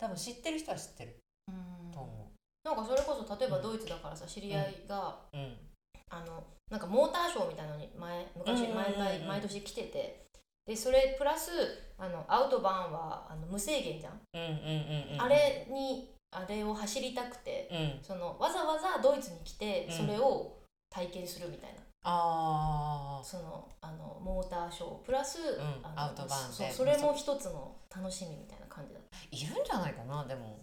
A: 多分知ってる人は知ってる
C: うん
A: と思
C: なんかそれこそ例えばドイツだからさ知り合いが、
A: う。うん
C: あのなんかモーターショーみたいなのに前昔
A: うんうんうんうん
C: 毎回毎年来ててでそれプラスあのアウトバーンはあの無制限じゃん、
A: うんうんうんうん、
C: あれにあれを走りたくて
A: うん
C: そのわざわざドイツに来て
A: うん
C: それを体験するみたいな、
A: あ
C: そのあのモーターショープラス、
A: ん
C: あの
A: アウトバーンで
C: そうそれも一つの楽しみみたいな感じだった
A: ーいるんじゃないかなでも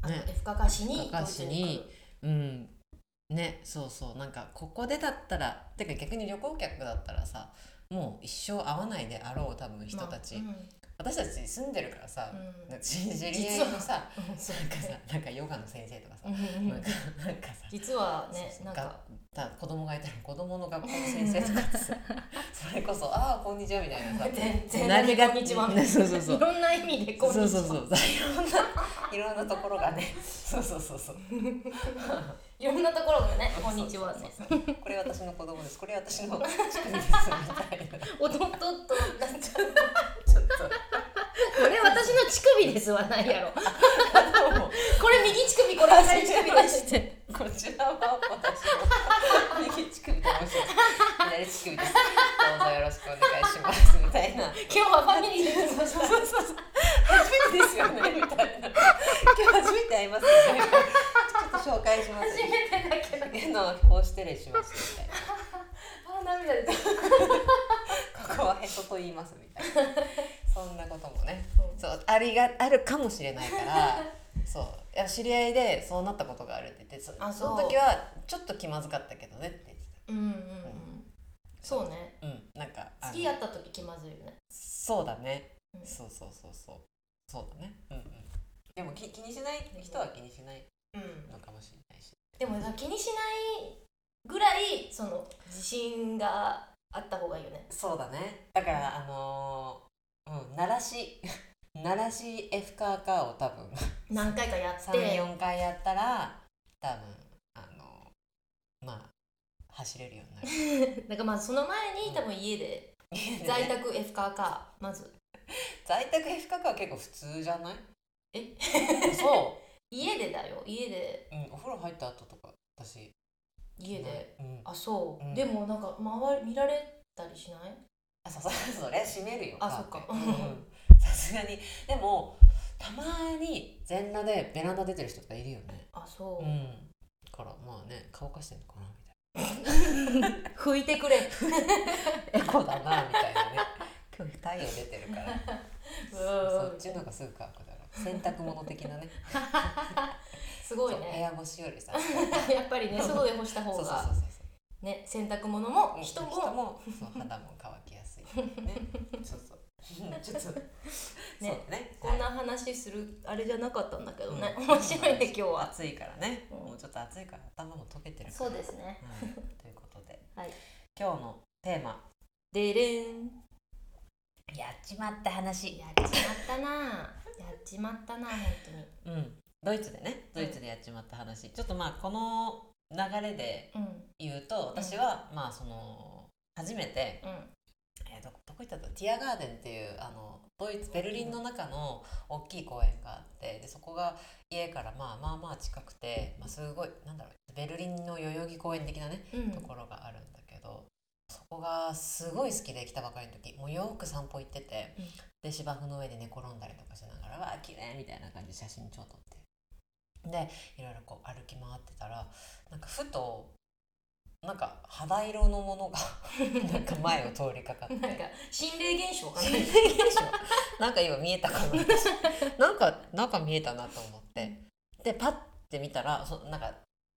C: あの、
A: ね
C: F カカシに
A: カカシにうんねそうそうなんかここでだったらてか逆に旅行客だったらさもう一生会わないであろう多分人たち、
C: まあ
A: 私たち住んでるからさ
C: う、ん
A: なんか知知り合いのさ
C: うん、そう
A: なんか
C: か
A: さなんかヨガの先生とかさ、
C: う ん
A: なんかなんかさ
C: 実はね
A: そうそう
C: なん
A: が
C: か
A: た子供がいたら子供の学校の先生とかって さそれこそ「ああこんにちは」みたいなさ
C: 全然
A: 何が
C: こんにちは
A: そうそうそう
C: いろんな意味でこん
A: そう
C: にちは
A: そうそうそういろんないろんなところがねそうそうそうそう
C: いろんなところがねこんにちはね
A: そうそうそうこれ私の子供ですこれ私の 仕組みですみたいな
C: 弟となんか
A: ちょっ
C: これ私の乳首ですはないやろ
A: とでも
C: これ右乳首これ左乳首だしって
A: こちらは私の右乳首と申します左乳首ですどうぞよろしくお願いしますみたいな
C: 今日はファミリーで来ました
A: そうそうそう初めてですよねみたいな今日初めて会いますよねちょっと紹介します
C: 初めてだけど
A: あのこう失礼しますみたいな
C: あ涙出た
A: ここはへそと言いますみたいなそんなこともねそうありがあるかもしれないからそういや知り合いでそうなったことがあるって言ってそ
C: あ
A: そ
C: そう
A: の時はちょっと気まずかったけどねって言って
C: うんうんうんそうね
A: たうんなんかあの
C: 次やった時気まずいよね
A: そうだね、
C: うん
A: そうそうそうそうそうだねうんうんでもき気にしない人は気にしない
C: うん
A: のかもしれないし
C: でもさ気にしないぐらいその自信があった方がいいよね
A: そうだねだからあのーうん鳴らし 鳴らし F カーカーを多分
C: 何回かやって
A: 34回やったら多分あのまあ走れるように なる
C: なんかまあその前に多分家で在宅 F カーカーまず
A: 在宅 F カーは結構普通じゃ ない
C: え
A: そ
C: 家でだよ家で
A: う、うん、お風呂入った後とか私
C: 家で、
A: うん、
C: あそう、
A: うん
C: でもなんか周り見られたりしない
A: あそうそうそれ閉めるよ
C: あ
A: カー
C: そっか
A: テンうんさすがにでもたまに全裸でベランダ出てる人とかいるよね
C: あそうう、
A: んだからまあね顔貸してんのかなみた
C: 拭いてくれ
A: いなエコだなみたいなね今日太陽出てるからそっちの方がすぐ乾くだろう洗濯物的なね
C: すごい
A: そう部
C: ね
A: 屋干しよ りさ
C: やっぱりね外で干した
A: そ
C: 方
A: うそうそう
C: が
A: そう
C: ね洗濯物も
A: うん
C: 人
A: 人
C: も
A: もそう肌も乾きやすいからねそう そううんちょっとそうだね
C: こんな
A: はい
C: 話するあれじゃなかったん だけどね、
A: うん
C: 面白いね今日は
A: 暑いからね
C: うん
A: もうちょっと暑いから頭も溶けてるから
C: そうですね
A: はいということで
C: はい
A: 今日のテーマ
C: でれん
A: やっちまった話
C: やっちまったなやっちまったな本当に
A: うんドイツでねドイツでやっちまった話ちょっとまあこの流れで
C: うん
A: 言うと私はまあその初めて
C: うん
A: えー、どどこ行ったんだティアガーデンっていうあのドイツベルリンの中の大きい公園があってでそこが家からまあまあまあ近くて、まあ、すごいなんだろうベルリンの代々木公園的なね
C: うん
A: ところがあるんだけどそこがすごい好きで来たばかりの時もうよく散歩行ってて、
C: うん
A: で芝生の上で寝転んだりとかしながら「わあ綺麗みたいな感じで写真帳撮ってでいろいろこう歩き回ってたらなんかふとなんか肌色のものが なんか前を通りかかって
C: なんか心霊現象かな
A: 心霊現象なんか今見えたかな私なんかなんか見えたなと思ってでパッて見たらそなんか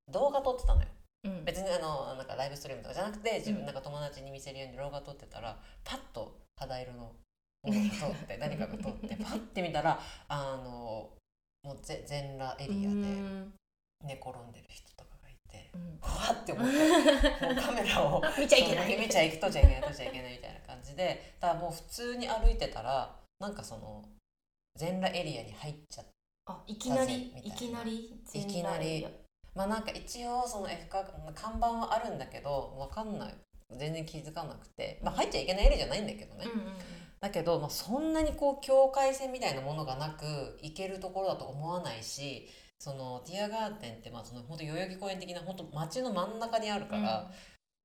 A: 動画撮ってたのよ
C: うん
A: 別にあのなんかライブストリームとかじゃなくて自
C: うん
A: 分なんか友達に見せるように動画撮ってたらパッと肌色のものが通って何かが通ってパッて見たらあのもうぜ全裸エリアで
C: うん
A: 寝転んでる人とかがいて
C: うん
A: わって思ってもうカメラを
C: 見ちゃいけな
A: そう
C: い
A: 見ちゃいけとちゃいけないとちゃいけないみたいな感じでただもう普通に歩いてたらなんかその全裸エリアに入っちゃって
C: あいきな
A: だぜ
C: り
A: みたい
C: い
A: な
C: きなり全
A: いきなり
C: 裸
A: まあなんか一応その F カ看板はあるんだけどわかんない全然気づかなくてまあ入っちゃいけないエリアじゃないんだけどね、
C: うんうんうん
A: だけど、まあ、そんなにこう境界線みたいなものがなく行けるところだと思わないしそのティアガーデンってまあその本当代々木公園的な本当街の真ん中にあるから、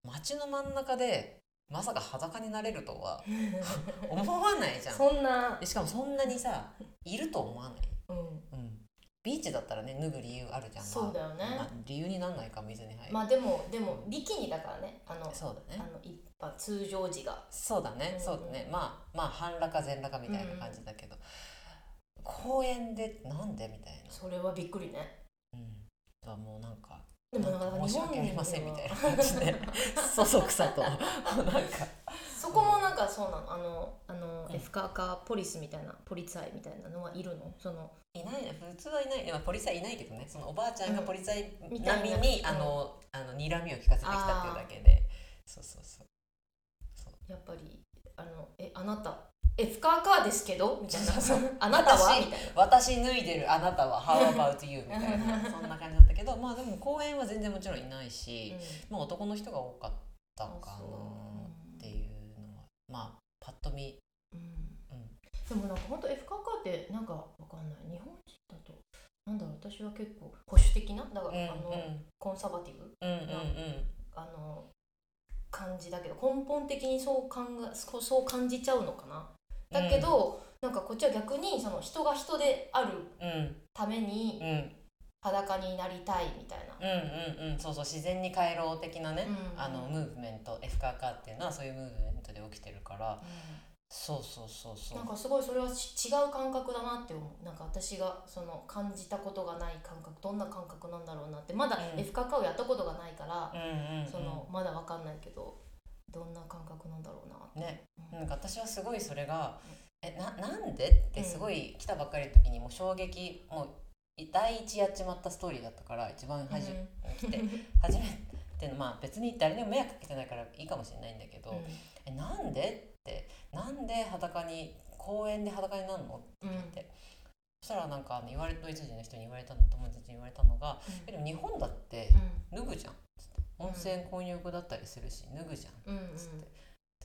A: 街の真ん中でまさか裸になれると は
C: うん
A: 思わないじゃん
C: そんな
A: でしかもそんなにさいると思わない、
C: うん
A: うん、ビーチだったらね脱ぐ理由あるじゃん
C: そうだよね
A: まあ理由になんないか水に入る、
C: まあでもでも力にだからねあの
A: そうだ
C: あ
A: ね
C: の一般通常時が
A: そうだね、
C: うん
A: そうだねまあまあ半裸か全裸かみたいな感じだけど、公園でなんでみたいな
C: それはびっくりね
A: うんとはもうなんか
C: でもなん
A: なん
C: か
A: か申
C: 日
A: し
C: 本
A: 訳ありませんみたい
C: な
A: な感じ でそそくさとなんか
C: そこもなんかそうなのあのあの、
A: うん
C: F カーカーポリスみたいなポリツァイみたいなのはいるのその
A: いないね普通はいないでもポリサイいないけどねそのおばあちゃんがポリサイ
C: みたいな
A: 並みに、
C: うん
A: あのあの睨みを聞かせてきたっていうだけでそうそうそう
C: やっぱりあのえあなた F カーカーですけどみたいな
A: そう
C: あなたは
A: 私
C: みたいな
A: 私脱いでるあなたは How about you みたいなそんな感じだったけどまあでも公園は全然もちろんいないし、まあ男の人が多かった
C: うん
A: か
C: あそう
A: なっていうのはまあパッと見、
C: うん
A: うん、
C: でもなんか本当 F カーカーってなんかわかんない日本人だとなんだろう私は結構保守的なだから、あの、コンサバティブ
A: うんうんうん
C: あの感じだけど根本的にそう考えそうそう感じちゃうのかなだけど、なんかこっちは逆にその人が人である
A: うんうん
C: ために
A: うん
C: 裸になりたいみたいな、
A: うんうんうんそうそう自然に回ろう的なね、
C: うん
A: あのムーブメント F カーカーっていうのはそういうムーブメントで起きてるからそうそうそうそう
C: なんかすごいそれはし違う感覚だなって思うなんか私がその感じたことがない感覚どんな感覚なんだろうなってまだ
A: うん
C: F カーカーをやったことがないから、
A: うんうん、うん、
C: そのまだわかんないけどどんな感覚なんだろうなって
A: ね
C: うん
A: なんか私はすごいそれが「えななんで?」ってすごい来たばっかりの時にもう衝撃もう第一やっちまったストーリーだったから一番初,、
C: うん
A: 来て初めてのまあ別に誰にも迷惑かけてないからいいかもしれないんだけど「えなんで?」って「なんで裸に公園で裸になるの?」って
C: うん
A: 聞いて、そしたらなんかあの言われドイツ人の人に言われたの友達に言われたのが「えでも日本だって脱ぐじゃん」つって「温泉混浴だったりするし脱ぐじゃん」
C: うんうんうん
A: つって、で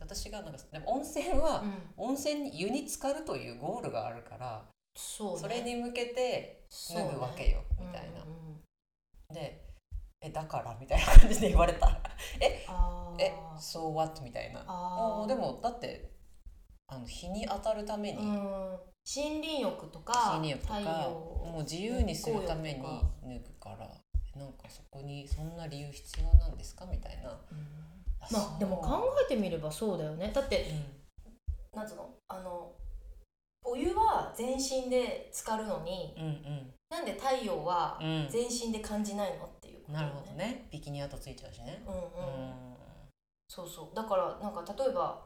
A: 私がなんかでも温泉は、
C: うん
A: 温泉に湯に浸かるというゴールがあるから
C: そうね
A: それに向けて
C: そ
A: 脱
C: うね
A: ぐわけよ、みたいな
C: うん。うんうん
A: でえだからみたいな感じで言われた
C: あー
A: え so what みたいな
C: あー
A: あでもだってあの日に当たるために、
C: うん森林浴とか
A: 森林浴とか
C: 太
A: も
C: 陽
A: う自由にするために
C: 日
A: 脱
C: 光
A: ぐからえなんかそこにそんな理由必要なんですかみたいな
C: うん
A: あそ
C: まあ
A: う
C: でも考えてみればそうだよねだってなんつうのあのお湯は全身で浸かるのに
A: うんうん
C: なんで太陽は
A: うんうん
C: 全身で感じないのっていうこと
A: な
C: だ
A: る
C: よ
A: ほどねビキニ跡ついちゃうしね
C: うん
A: う
C: うん
A: ん
C: そうそうだからなんか例えば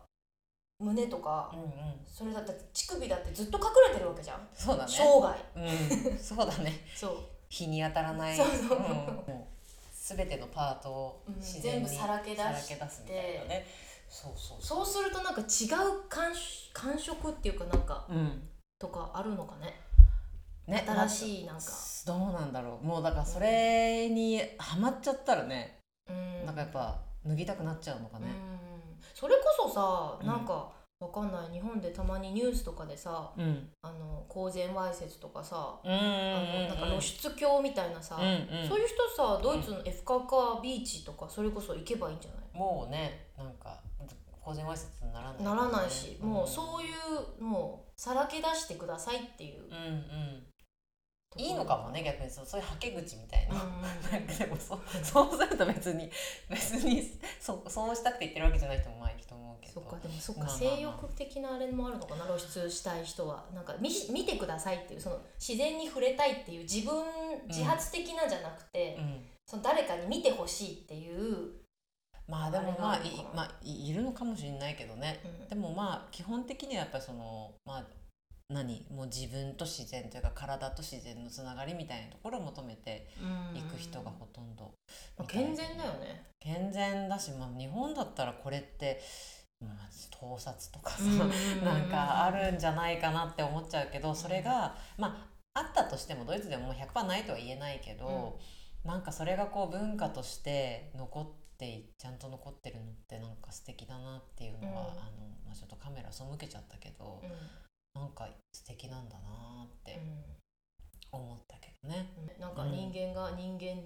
C: 胸とか
A: うんうん
C: それだって乳首だってずっと隠れてるわけじゃん
A: そうだね
C: 生涯
A: うんそうだね
C: そう
A: 日に当たらない
C: そうそう
A: うんもう全てのパートを
C: うん
A: 自然に
C: 全部さらけ出して
A: さらけ出すみたいなねそうそう
C: そうするとなんか違う感し感触っていうかなんか
A: ううん
C: とかあるのかね
A: ね
C: 新しいなんか、
A: どうなんだろうもうだからそれにハマっちゃったらね
C: うん、
A: なんかやっぱ脱ぎたくなっちゃうのか
C: うん
A: ね
C: それこそさ
A: うん
C: なんかわかんない日本でたまにニュースとかでさ
A: うんうん
C: あの公然わいせつとかさ、
A: うん
C: あのなんか露出狂みたいなさ、
A: うんうん
C: そういう人さドイツの F カーカービーチとかそれこそ行けばいいんじゃない
A: もうねなんか公然わいせつにならない、
C: ならないし、もう
A: う
C: そういうもうさらけ出してくださいっていう
A: うんうんいいのかもね逆にそうそういうはけ口みたい
C: うん
A: な
C: うん、
A: なんかでもそうそうすると別に別にそそうしたくて言ってるわけじゃない人もまあいると思うけど
C: そっかでもそっ
A: ま
C: か
A: あまあ
C: 性欲的なあれもあるのかな露出したい人はなんか見し見てくださいっていうその自然に触れたいっていう自分自発的なじゃなくて、
A: うん、
C: その誰かに見てほしいっていう、うん
A: まあでもまあ
C: あれがあるの
A: い,、
C: かな
A: まあ、いいるのかもしれないけどねでもまあ基本的にはやっぱりそのまあ何もう自分と自然というか体と自然のつながりみたいなところを求めていく人がほとんど
C: まあ健全だよね
A: 健全だし、まあ、日本だったらこれって、まあ、盗撮とかさ、な
C: なん
A: かあるんじゃないかなって思っちゃうけどそれがまああったとしてもドイツでももう100%ないとは言えないけど、なんかそれがこう文化として残っていちゃんと残ってるのってなんか素敵だなっていうのは、
C: うん
A: あのまあ、ちょっとカメラ背けちゃったけど、なんか素敵なんだなって思ったけどね。
C: なんか人間が人間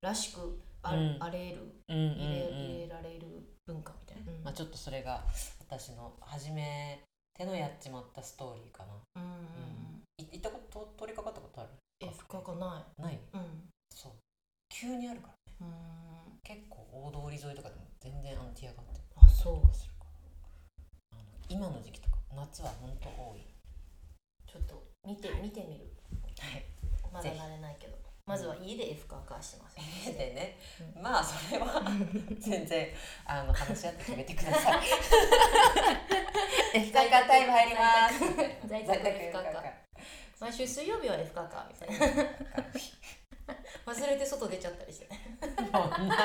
C: らしくあ,、
A: うん
C: あれる
A: うんうんうん
C: 入れ入れられる文化みたいな、うん
A: まあ、ちょっとそれが私の初めてのやっちまったストーリーかな。
C: うんうんうん
A: い行ったこと通りかかったことある
C: え
A: カ
C: 深
A: フェ
C: くな
A: ない
C: い、うん
A: そう急にあるから。
C: うん
A: 結構大通り沿いとかでも全然あのティアガーデン
C: あ
A: と
C: そ
A: かするからあの今の時期とか夏は本当多い、
C: うちょっと見て見てみる
A: はい、
C: まだ
A: ぜひ
C: 慣れないけどまずは家で F カーカーして ます、
A: でね、まあそれ は全然あの話し合って決めてください
C: F
A: 在宅タイム入ります
C: 在宅在宅
A: F カーカー
C: 毎週水曜日は F カーカーみ たいな忘れて外出ちゃったりしてね
A: そんな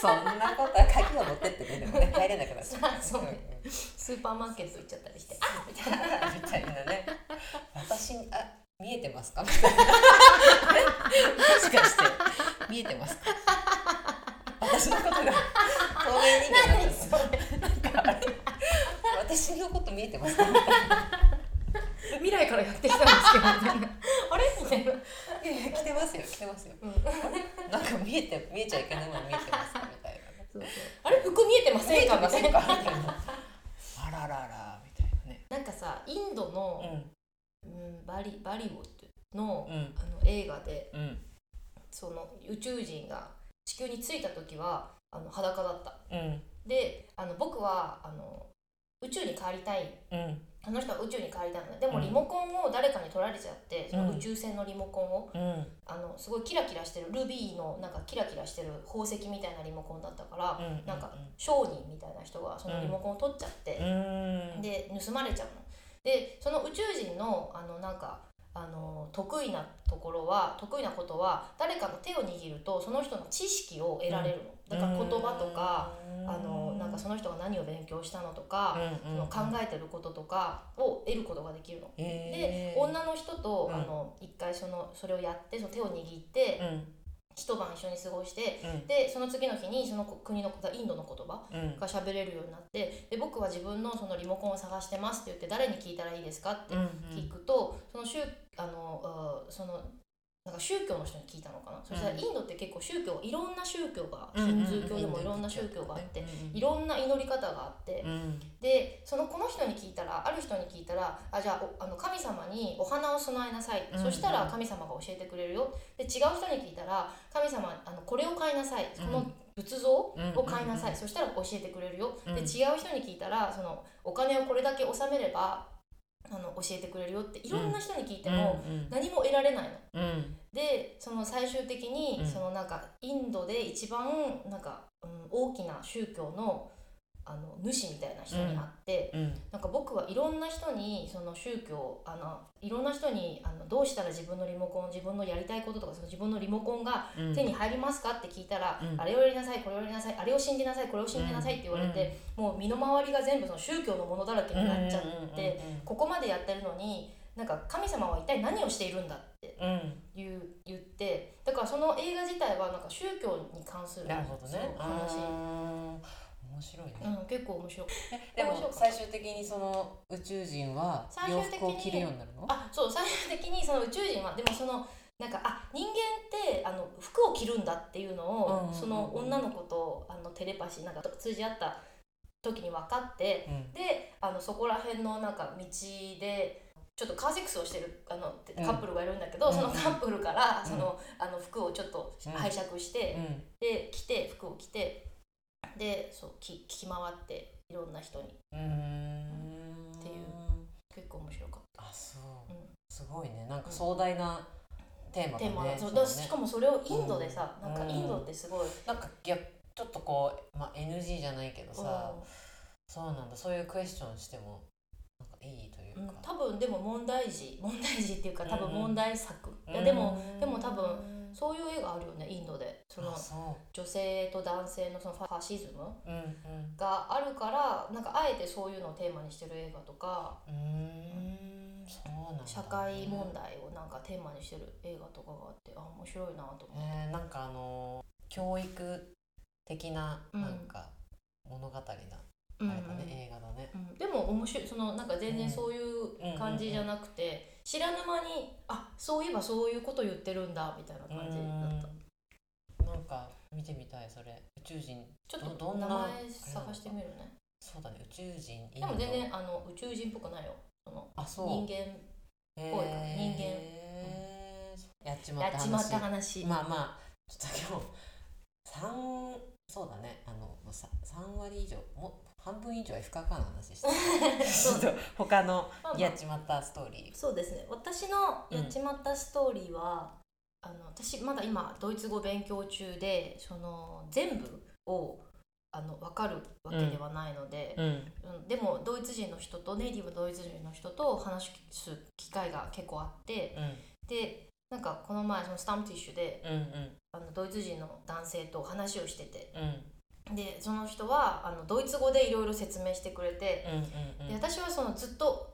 A: そんなことは鍵を持ってってねでも ね入れなくなっちゃう
C: そうね
A: んん
C: スーパーマーケット行っちゃったりしてあみたいな
A: みたいなね。私にあ見えてます かみたいな。もしかして見えてますか。私のことが透明人間になっちゃった。なんかあれ私のこと見えてます か。
C: 未来からやってきたんですけどみたいな あれみたいな、
A: いやいや来てますよ来てますよ。
C: うん、
A: なんか見えて見えちゃいけないもの見えてますかみたいなね。
C: あれ服見えてま
A: 見え
C: せん
A: て
C: か
A: ま
C: みた
A: せ
C: い
A: んか
C: な
A: みたいな。あらららみたいなね。
C: なんかさインドの、
A: う
C: うん、バリバリオっての,、
A: んうん
C: あの映画で
A: うん
C: その宇宙人が地球に着いた時はあの裸だった
A: うん
C: であの僕はあの宇宙に帰りたい
A: うん
C: あの人は宇宙に帰りたいんだでも
A: うん
C: リモコンを誰かに取られちゃって、その
A: うん
C: 宇宙船のリモコンを
A: うん
C: あのすごいキラキラしてるルビーのなんかキラキラしてる宝石みたいなリモコンだったから、
A: うん
C: なんか商人みたいな人がそのリモコンを取っちゃって
A: う、ん
C: で盗まれちゃうの。でその宇宙人のあのなんかあの得意なところは得意なことは誰かの手を握るとその人の知識を得られるの、だから言葉とか、あのなんかその人が何を勉強したのとか、
A: うんうん
C: その考えてることとかを得ることができるの。
A: へー
C: で女の人と、
A: うん
C: あの一回そのそれをやってその手を握って、
A: う
C: 一晩一緒に過ごして
A: ん
C: でその次の日にその国のインドの言葉
A: うんうん
C: が喋れるようになってで僕は自分のそのリモコンを探してますって言って誰に聞いたらいいですかって
A: うん
C: 聞くと、その宗あのあそのなんか宗教の人に聞いたのかな、そしたら
A: うん
C: インドって結構宗教いろんな宗教が
A: うん
C: ヒ
A: うん
C: ンズー教でもいろんな宗教があって、
A: うん
C: いろんな祈り方があって、
A: うん
C: でそのこの人に聞いたらある人に聞いたらあじゃあおあの神様にお花を供えなさい、
A: うん
C: そしたら神様が教えてくれるよで違う人に聞いたら神様あのこれを買いなさい
A: うん
C: この仏像を買いなさい、
A: うん
C: そしたら教えてくれるよ、
A: うん
C: で違う人に聞いたらそのお金をこれだけ納めればあの教えてくれるよっていろんな人に聞いても
A: うん
C: 何も得られない
A: う
C: の。
A: ん
C: でその最終的に、
A: うん
C: そのなんかインドで一番なんか、うん、大きな宗教のあの主みたいな人に会って、
A: うん
C: なんか僕はいろんな人にその宗教あのいろんな人にあのどうしたら自分のリモコン自分のやりたいこととかその自分のリモコンが
A: うん
C: 手に入りますかって聞いたら、
A: うん
C: あれをやりなさいこれをやりなさいあれを信じなさいこれを信じなさいって言われて、もう身の回りが全部その宗教のものだらけになっちゃって、ここまでやってるのになんか神様は一体何をしているんだって
A: うん
C: 言う言ってだからその映画自体はなんか宗教に関す
A: う
C: る
A: んなるほどね
C: そう話、
A: うん面白いね
C: うん、結構面白い
A: で
C: 面白
A: も
C: かった
A: 最終的にその宇宙人は
C: 最
A: 洋
C: 終的に
A: 服を着るようになるの
C: あそう最終的にその宇宙人はでもそのなんかあ人間ってあの服を着るんだっていうの
A: うんうん
C: を、
A: うん
C: その女の子とあのテレパシーなんか通じ合った時に分かって
A: うん
C: であのそこら辺のなんか道でちょっとカーセックスをしてるあの
A: うん
C: カップルがいるんだけど、
A: うん
C: そのカップルから、
A: うん
C: そのあの服をちょっと
A: うん
C: 拝借して、
A: うん
C: で着て服を着てでそうき聞き回っていろんな人に
A: うーん
C: っていう結構面白かっ
A: あそう
C: た、うん
A: すごいねなんか壮大なテーマだ
C: テ
A: ね
C: ーマなんですよ
A: そう
C: だ
A: ね
C: しかもそれをインドでさ、
A: うん
C: なんかインドってすごい、
A: なんかいやちょっとこう、まあ、NG じゃないけどさ、そうなんだそういうクエスチョンしてもなんかいいという
C: うん
A: か、
C: 多分でも問題児問題児っていうか多分
A: うんうん
C: 問題作、
A: うん
C: いやでもでも多
A: 分
C: そういう映画あるよねインドでその
A: あそ
C: 女性と男性のそのファシズム
A: ううんうん
C: があるからなんかあえてそういうのをテーマにしてる映画とか
A: うーんそうなんだ、ね、
C: 社会問題をなんかテーマにしてる映画とかがあってあ面白いなと思って、
A: ねえなんかあの教育的な
C: うん
A: なんか物語な、あれだね、映画だね
C: うんうんでも面白いそのなんか全然そういう感じじゃなくて、知らぬ間にあそういえばそういうこと言ってるんだみたいな感じだった、
A: うんなんか見てみたいそれ宇宙人
C: ちょっ
A: ど
C: と
A: どんな
C: 名前探してみるね
A: そうだね宇宙人イン
C: で
A: ド
C: も全然あの宇宙人っぽくないよその
A: あそう
C: 人間
A: 人
C: ぽいから人間
A: えーやっちまっ
C: や
A: た
C: っちまっ
A: 話
C: た話、
A: まあまあちょっと今日3そうだねあのもうさ3割以上もう半分以上は F カカの話してる
C: そう
A: ちょっと他の
C: まあまあ
A: やっちまったストーリ
C: そうですね私の
A: うん
C: やっちまったストーリーは、あの私まだ今ドイツ語勉強中でその全部をあの分かるわけではないので、
A: ーうん
C: うんでもドイツ人の人とネイティブドイツ人の人と話す機会が結構あって
A: うん
C: でなんかこの前そのスタンプティッシュで
A: うんうん
C: あのドイツ人の男性と話をしてて
A: うん
C: でその人はあのドイツ語でいろいろ説明してくれて、
A: うん
C: で私はそのずっと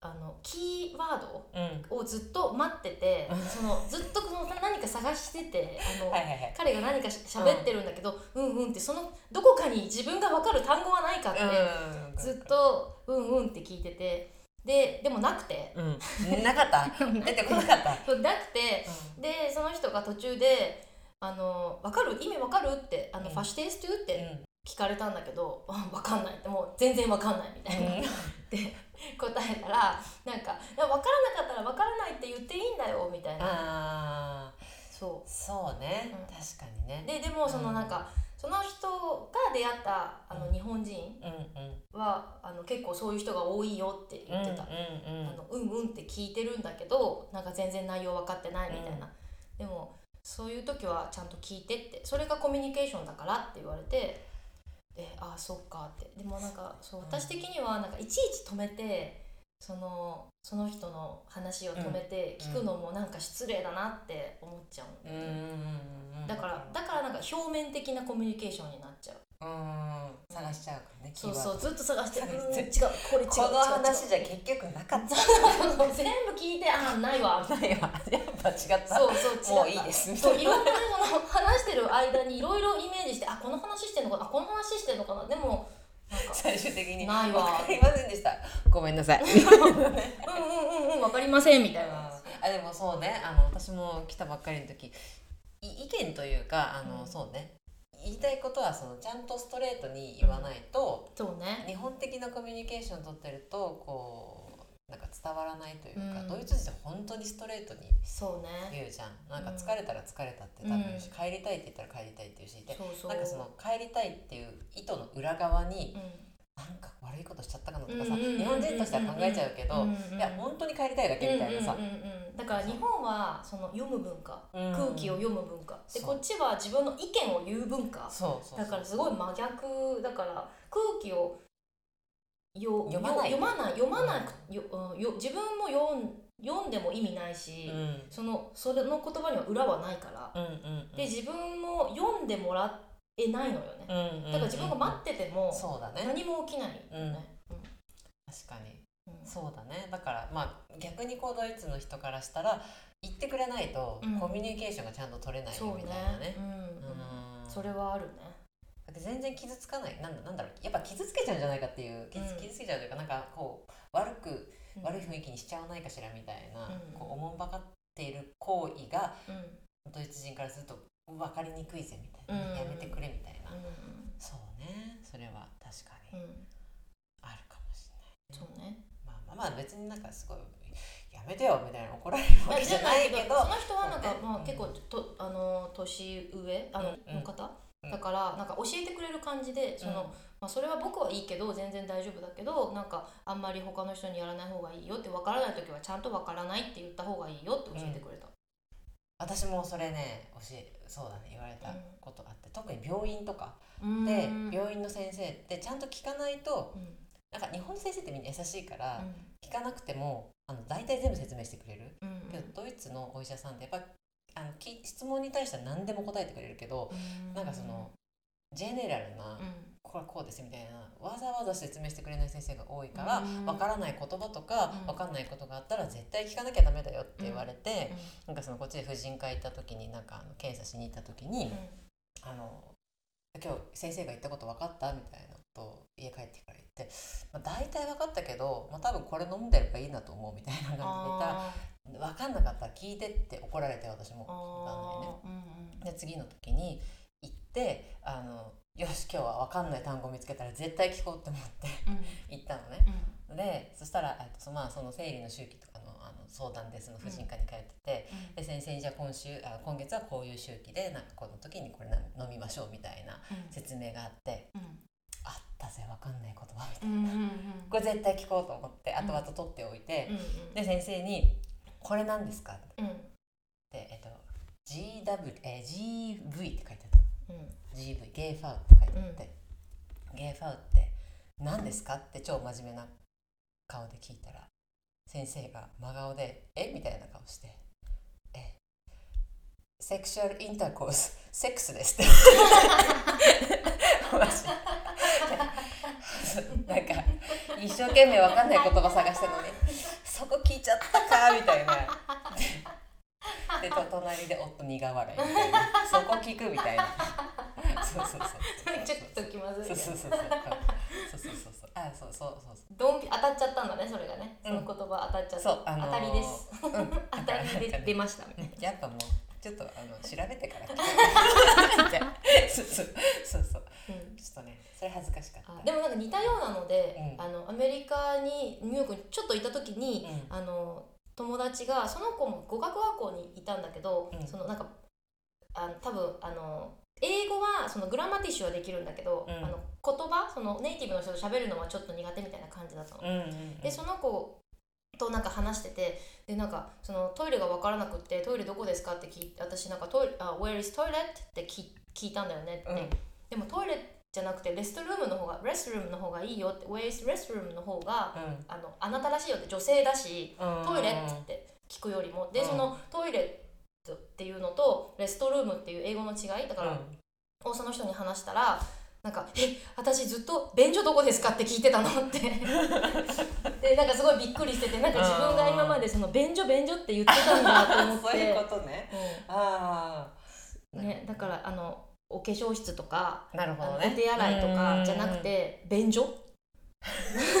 C: あのキーワード
A: うんうん
C: をずっと待っててそのずっとこの何か探しててあの、
A: はいはいはい
C: 彼が何かし喋ってるんだけど、うん、うんってそのどこかに自分が分かる単語はないかって、
A: うん
C: ずっと「うんうん」って聞いててででもなくて
A: うんなかった出てこなかった
C: なくてでその人が途中で「あの分かる意味分かる?」って「あの
A: うん
C: ファシテイストゥ?」って
A: うん
C: 聞かれたんだけど「あ分かんない」ってもう全然分かんないみたいな。答えたらなんか「分からなかったら分からないって言っていいんだよ」みたいな
A: ああ
C: そ
A: そうね
C: うん
A: 確かに
C: う
A: ね
C: ででもその
A: うん
C: なんかその人が出会ったあの日本人
A: うんうん
C: はあの結構そういう人が多いよって言ってた、
A: うんうん
C: あのうんうんって聞いてるんだけどなんか全然内容分かってないみたいな、でもそういう時はちゃんと聞いてってそれがコミュニケーションだからって言われてでああそっかってでもなんかそう
A: うん
C: 私的にはなんかいちいち止めてそのその人の話を止めて
A: うん
C: 聞くのもなんか失礼だなって思っちゃう
A: うんうんうんうん
C: だからだからなんか表面的なコミュニケーションになっちゃう
A: うーん探しちゃうからねキー
C: そ
A: ワ
C: う
A: ード
C: そうずっと探して「うん
A: 探
C: 違う
A: して
C: これ違う違う違う
A: この話じゃ結局なかっ
C: 全部聞いてああないわ」みたいな
A: たないわやっぱ違った
C: そうそう違った
A: もういいですみた
C: そう
A: い
C: い
A: な
C: ろんなその話してる間にいろいろイメージしてあこの話してんのかなあこの話してんのかなでもなん か
A: 最終的に
C: ないわ
A: わかりませんでしたごめんなさい
C: うんうんうんうんわかりませんみたいな
A: あでもそうねあの私も来たばっかりの時い意見というかあの、
C: うん
A: そうね言いたいことはそのちゃんとストレートに言わないと、
C: そうね
A: 日本的なコミュニケーションを取ってるとこうなんか伝わらないというか、
C: うん
A: ドイツ人って本当にストレートに
C: そうね
A: 言うじゃんなんか疲れたら疲れたって多分言うし、帰りたいって言ったら帰りたいって言うしで
C: そうそう
A: なんかその帰りたいっていう意図の裏側に
C: う
A: なんか悪いことしちゃったかなとかさ
C: うんうんうんうん
A: 日本人としては考えちゃうけど
C: んうん
A: いや本当に帰りたいだけみたいなさ
C: うんうんうんうんだから日本はその読む文化
A: 空
C: 空気を読む文化で
A: そう
C: こっちは自分の意見を言う文化
A: そうそう
C: だからすごい真逆だから空気をよ
A: 読まない
C: 読まない読まなくようんよ自分も読ん読んでも意味ないし、
A: うんうん
C: そのそれの言葉には裏はないから、
A: うんうん
C: で自分も読んでもらえないのよね、
A: うんうんうん
C: だから自分が待ってても
A: そうだね
C: 何も起きないよね、
A: 確かに
C: うん
A: そうだねだからまあ逆にこうドイツの人からしたら言ってくれないと
C: うん
A: コミュニケーションがちゃんと取れない
C: そう
A: よ
C: ね
A: みたいなね
C: う。ん
A: う
C: うんん、それはあるね
A: だって全然傷つかないなんだなんだろうやっぱ傷つけちゃうんじゃないかっていう傷,、
C: うん
A: 傷つけちゃうというかなんかこう悪く
C: うん
A: 悪い雰囲気にしちゃわないかしらみたいな、
C: うん
A: こうおもんばかっている行為が
C: うん
A: ドイツ人からすると分かりにくいぜみたいな、
C: うん
A: やめてくれみたいな、
C: う
A: そうねそれは確か
C: ん
A: に
C: うん
A: あるかもしれない、
C: そうね
A: まあまあまあ別になんかすごいやめてよみたいな怒られるわけじゃないけど
C: その人はなん
A: そ
C: か
A: う、ね
C: まあ
A: うん
C: 結構とあの年上あの,、
A: うん
C: の方
A: うん
C: だからなんか教えてくれる感じでそ
A: う
C: の、
A: ん
C: まあ、それは僕はいいけど全然大丈夫だけどなんかあんまり他の人にやらない方がいいよって分からない時はちゃんと分からないって言った方がいいよって教えてくれた、
A: 私もそれね教えそうだね言われた
C: うん
A: ことあって、特に病院とか
C: うん、
A: で、
C: うん
A: 病院の先生ってちゃんと聞かないとなんか日本の先生ってみんな優しいから、聞かなくてもあの大体全部説明してくれる、
C: うんうん
A: けどドイツのお医者さんってやっぱあのき質問に対しては何でも答えてくれるけど、なんかそのジェネラルな、
C: うん
A: これはこうですみたいなわざわざ説明してくれない先生が多いから、わ
C: うん
A: からない言葉とか、
C: うん
A: わかんないことがあったら絶対聞かなきゃダメだよって言われて、
C: う
A: なんかそのこっちで婦人科行った時になんかあの検査しに行った時に、
C: ん
A: あの今日先生が言ったこと分かったみたいなことを家帰ってから言って、まあ、大体分かったけど、まあ、多分これ飲んでればいいなと思うみたいな感
C: あ
A: じで言ったら分かんなかったら聞いてって怒られて私も
C: ーあー、うん
A: 分かんないね。で次の時に行ってあのよし今日は分かんない単語見つけたら絶対聞こうって思って
C: うんうん
A: 行ったのね。
C: うん
A: でそしたら、えっとそまあ、その生理の周期とかのあの相談でその婦人科に通ってて、で先生にじゃあ今週あ今月はこういう周期でなんかこの時にこれな飲みましょうみたいな説明があってあったぜわかんない言葉みたいな
C: うんうんうんうん
A: これ絶対聞こうと思って後々取っておいて、
C: うん
A: で先生に「これなんですか?」って
C: うん
A: 言って、えっと、GW えー GV って書いてあった
C: うん
A: GV ゲイファウって書いてあって、ゲイファウって何ですかって超真面目な顔で聞いたら先生が真顔で「えみたいな顔して「えセクシュアルインターコースセックスです」って マジで なんか一生懸命わかんない言葉探してるのにそこ聞いちゃったかみたいな。 でと隣で夫苦笑いみたいなそこ聞くみたいなそうそうそう
C: ちょっと気まずい
A: そ
C: ね
A: うそうそうそう。そうそうそうそう。あ、そうそうそうそ
C: ドンピ当たっちゃったんだねそれがね
A: う
C: そ
A: ん
C: の言葉当たっちゃ
A: う。
C: った、
A: そう、あのー
C: 当たりです。
A: うん、なんか
C: 当たりで出ましたみたいな
A: やっぱもう、ちょっと、あの、調べて から聞いて。そうそう、そうそう、
C: うん
A: ちょっとね、それ恥ずかしかった。
C: あでもなんか似たようなので、
A: うん
C: あのアメリカにニューヨークにちょっといた時に、
A: う
C: あの友達がその子も語学学校にいたんだけど、
A: うん
C: そのなんかあの多分あの英語はそのグラマティッシュはできるんだけど、
A: うん
C: あの言葉そのネイティブの人と喋るのはちょっと苦手みたいな感じだったの。
A: うん、うん、
C: でその子となんか話しててでなんかそのトイレが分からなくってトイレどこですかって聞いて私なんかトイレあ「Where is toilet?」って聞聞いたんだよねって、
A: うん
C: でもトイレじゃなくてレストルームの方がレストルームの方がいいよって「Where is restroom?」の方が
A: うん。
C: あのあなたらしいよって女性だしトイレ
A: うん
C: って聞くよりもで
A: うん
C: そのトイレっていうのとレストルームっていう英語の違いだから、をその人に話したらなんか「え私ずっと便所どこですか?」って聞いてたのって でなんかすごいびっくりしててなんか自分が今までその便所便所って言ってたんだと思
A: うん、
C: っ
A: そういうこ
C: て、
A: とね。
C: う
A: ああ。
C: んね、だからあのお化粧室とか、
A: なる
C: あ
A: ほ
C: の
A: ど
C: お
A: ね。
C: 手洗いとかじゃなく
A: うん。
C: て便所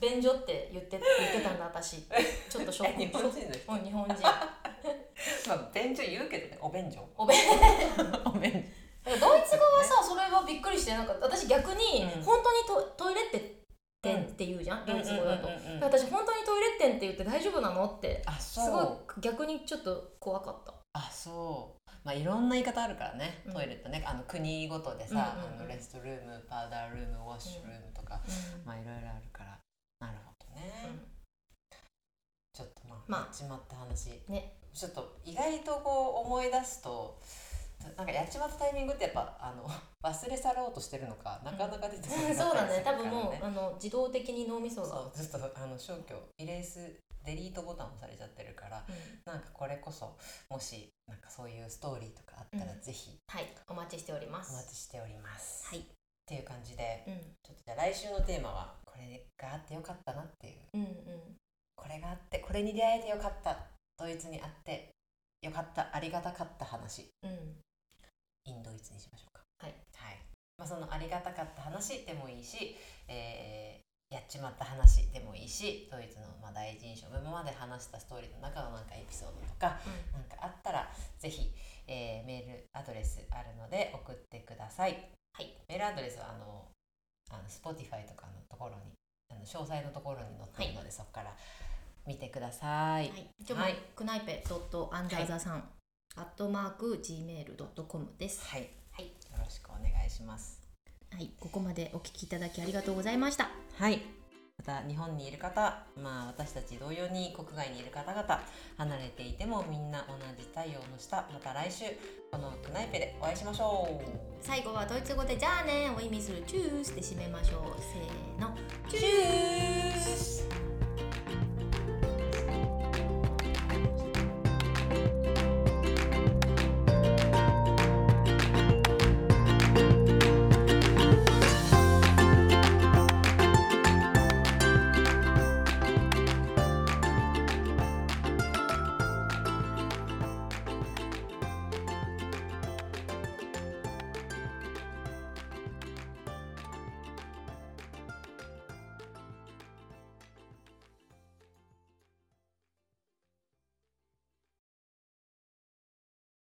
C: 便所って言って言ってたんだ私ちょっとショック
A: え日本人の人
C: うん日本人
A: まあ、便所言うけどね、お便所。
C: お便
A: お便所。
C: ドイツ語はさそれはびっくりしてなんか私逆に
A: うん
C: 本当にトトイレって店
A: うん
C: って言うじゃん、ドイツ語だと、
A: うんうんうんうん
C: で私本当にトイレ店って言って大丈夫なのって
A: あ、
C: す
A: そう。
C: ごい逆にちょっと怖かった
A: あそうまあいろんな言い方あるからね、
C: うん
A: トイレってねあの国ごとでさ、
C: うんうんうん
A: あのレストルームパウダールームウォッシュルームとか、まあいろいろあるからなるほどね、
C: うん
A: ちょっとまあ、ま
C: まあ
A: やっちまった話、
C: ね
A: ちょっと意外とこう思い出すとなんかやっちまったタイミングってやっぱあの 忘れ去ろうとしてるのかなかなか出てこなかったりする
C: そう
A: か
C: だ
A: ら
C: ね多分もうあの自動的に脳みそが
A: そうずっとあの消去イレースデリートボタン押されちゃってるから
C: うん
A: なんかこれこそもしなんかそういうストーリーとかあったら
C: うん
A: ぜひ
C: はいお待ちしておりま
A: お待
C: す
A: ちしております。
C: はい
A: っていう感じで
C: うん
A: ちょっとじゃあ来週のテーマはこれがあってよかったなっていう
C: うん
A: これがあってこれに出会えてよかったドイツにあってよかったありがたかった話
C: うんうん
A: インドイツにしましょうか
C: はい、
A: はいまあ、そのありがたかった話でもいいし、えーやっちまった話でもいいしドイツのまあ第一印象今まで話したストーリーの中のなんかエピソードとかなんかあったらぜひ、えーメールアドレスあるので送ってください。
C: はい、
A: メールアドレスはあのあの Spotify とかのところにあの詳細のところに載っているので、そこから見てください。
C: はい、今日もクナイペドットアンダーザさんアットマーク gmail ドットコムです。
A: はい、
C: はい
A: よろしくお願いします。
C: はい、ここまでお聞きいただきありがとうございました。
A: はい。また日本にいる方、まあ私たち同様に国外にいる方々、離れていてもみんな同じ太陽の下、また来週このクナイペでお会いしましょう。
C: 最後はドイツ語でじゃあねを意味するチュースで締めましょう。せーの、チュー
A: チ
C: ス。
A: ュース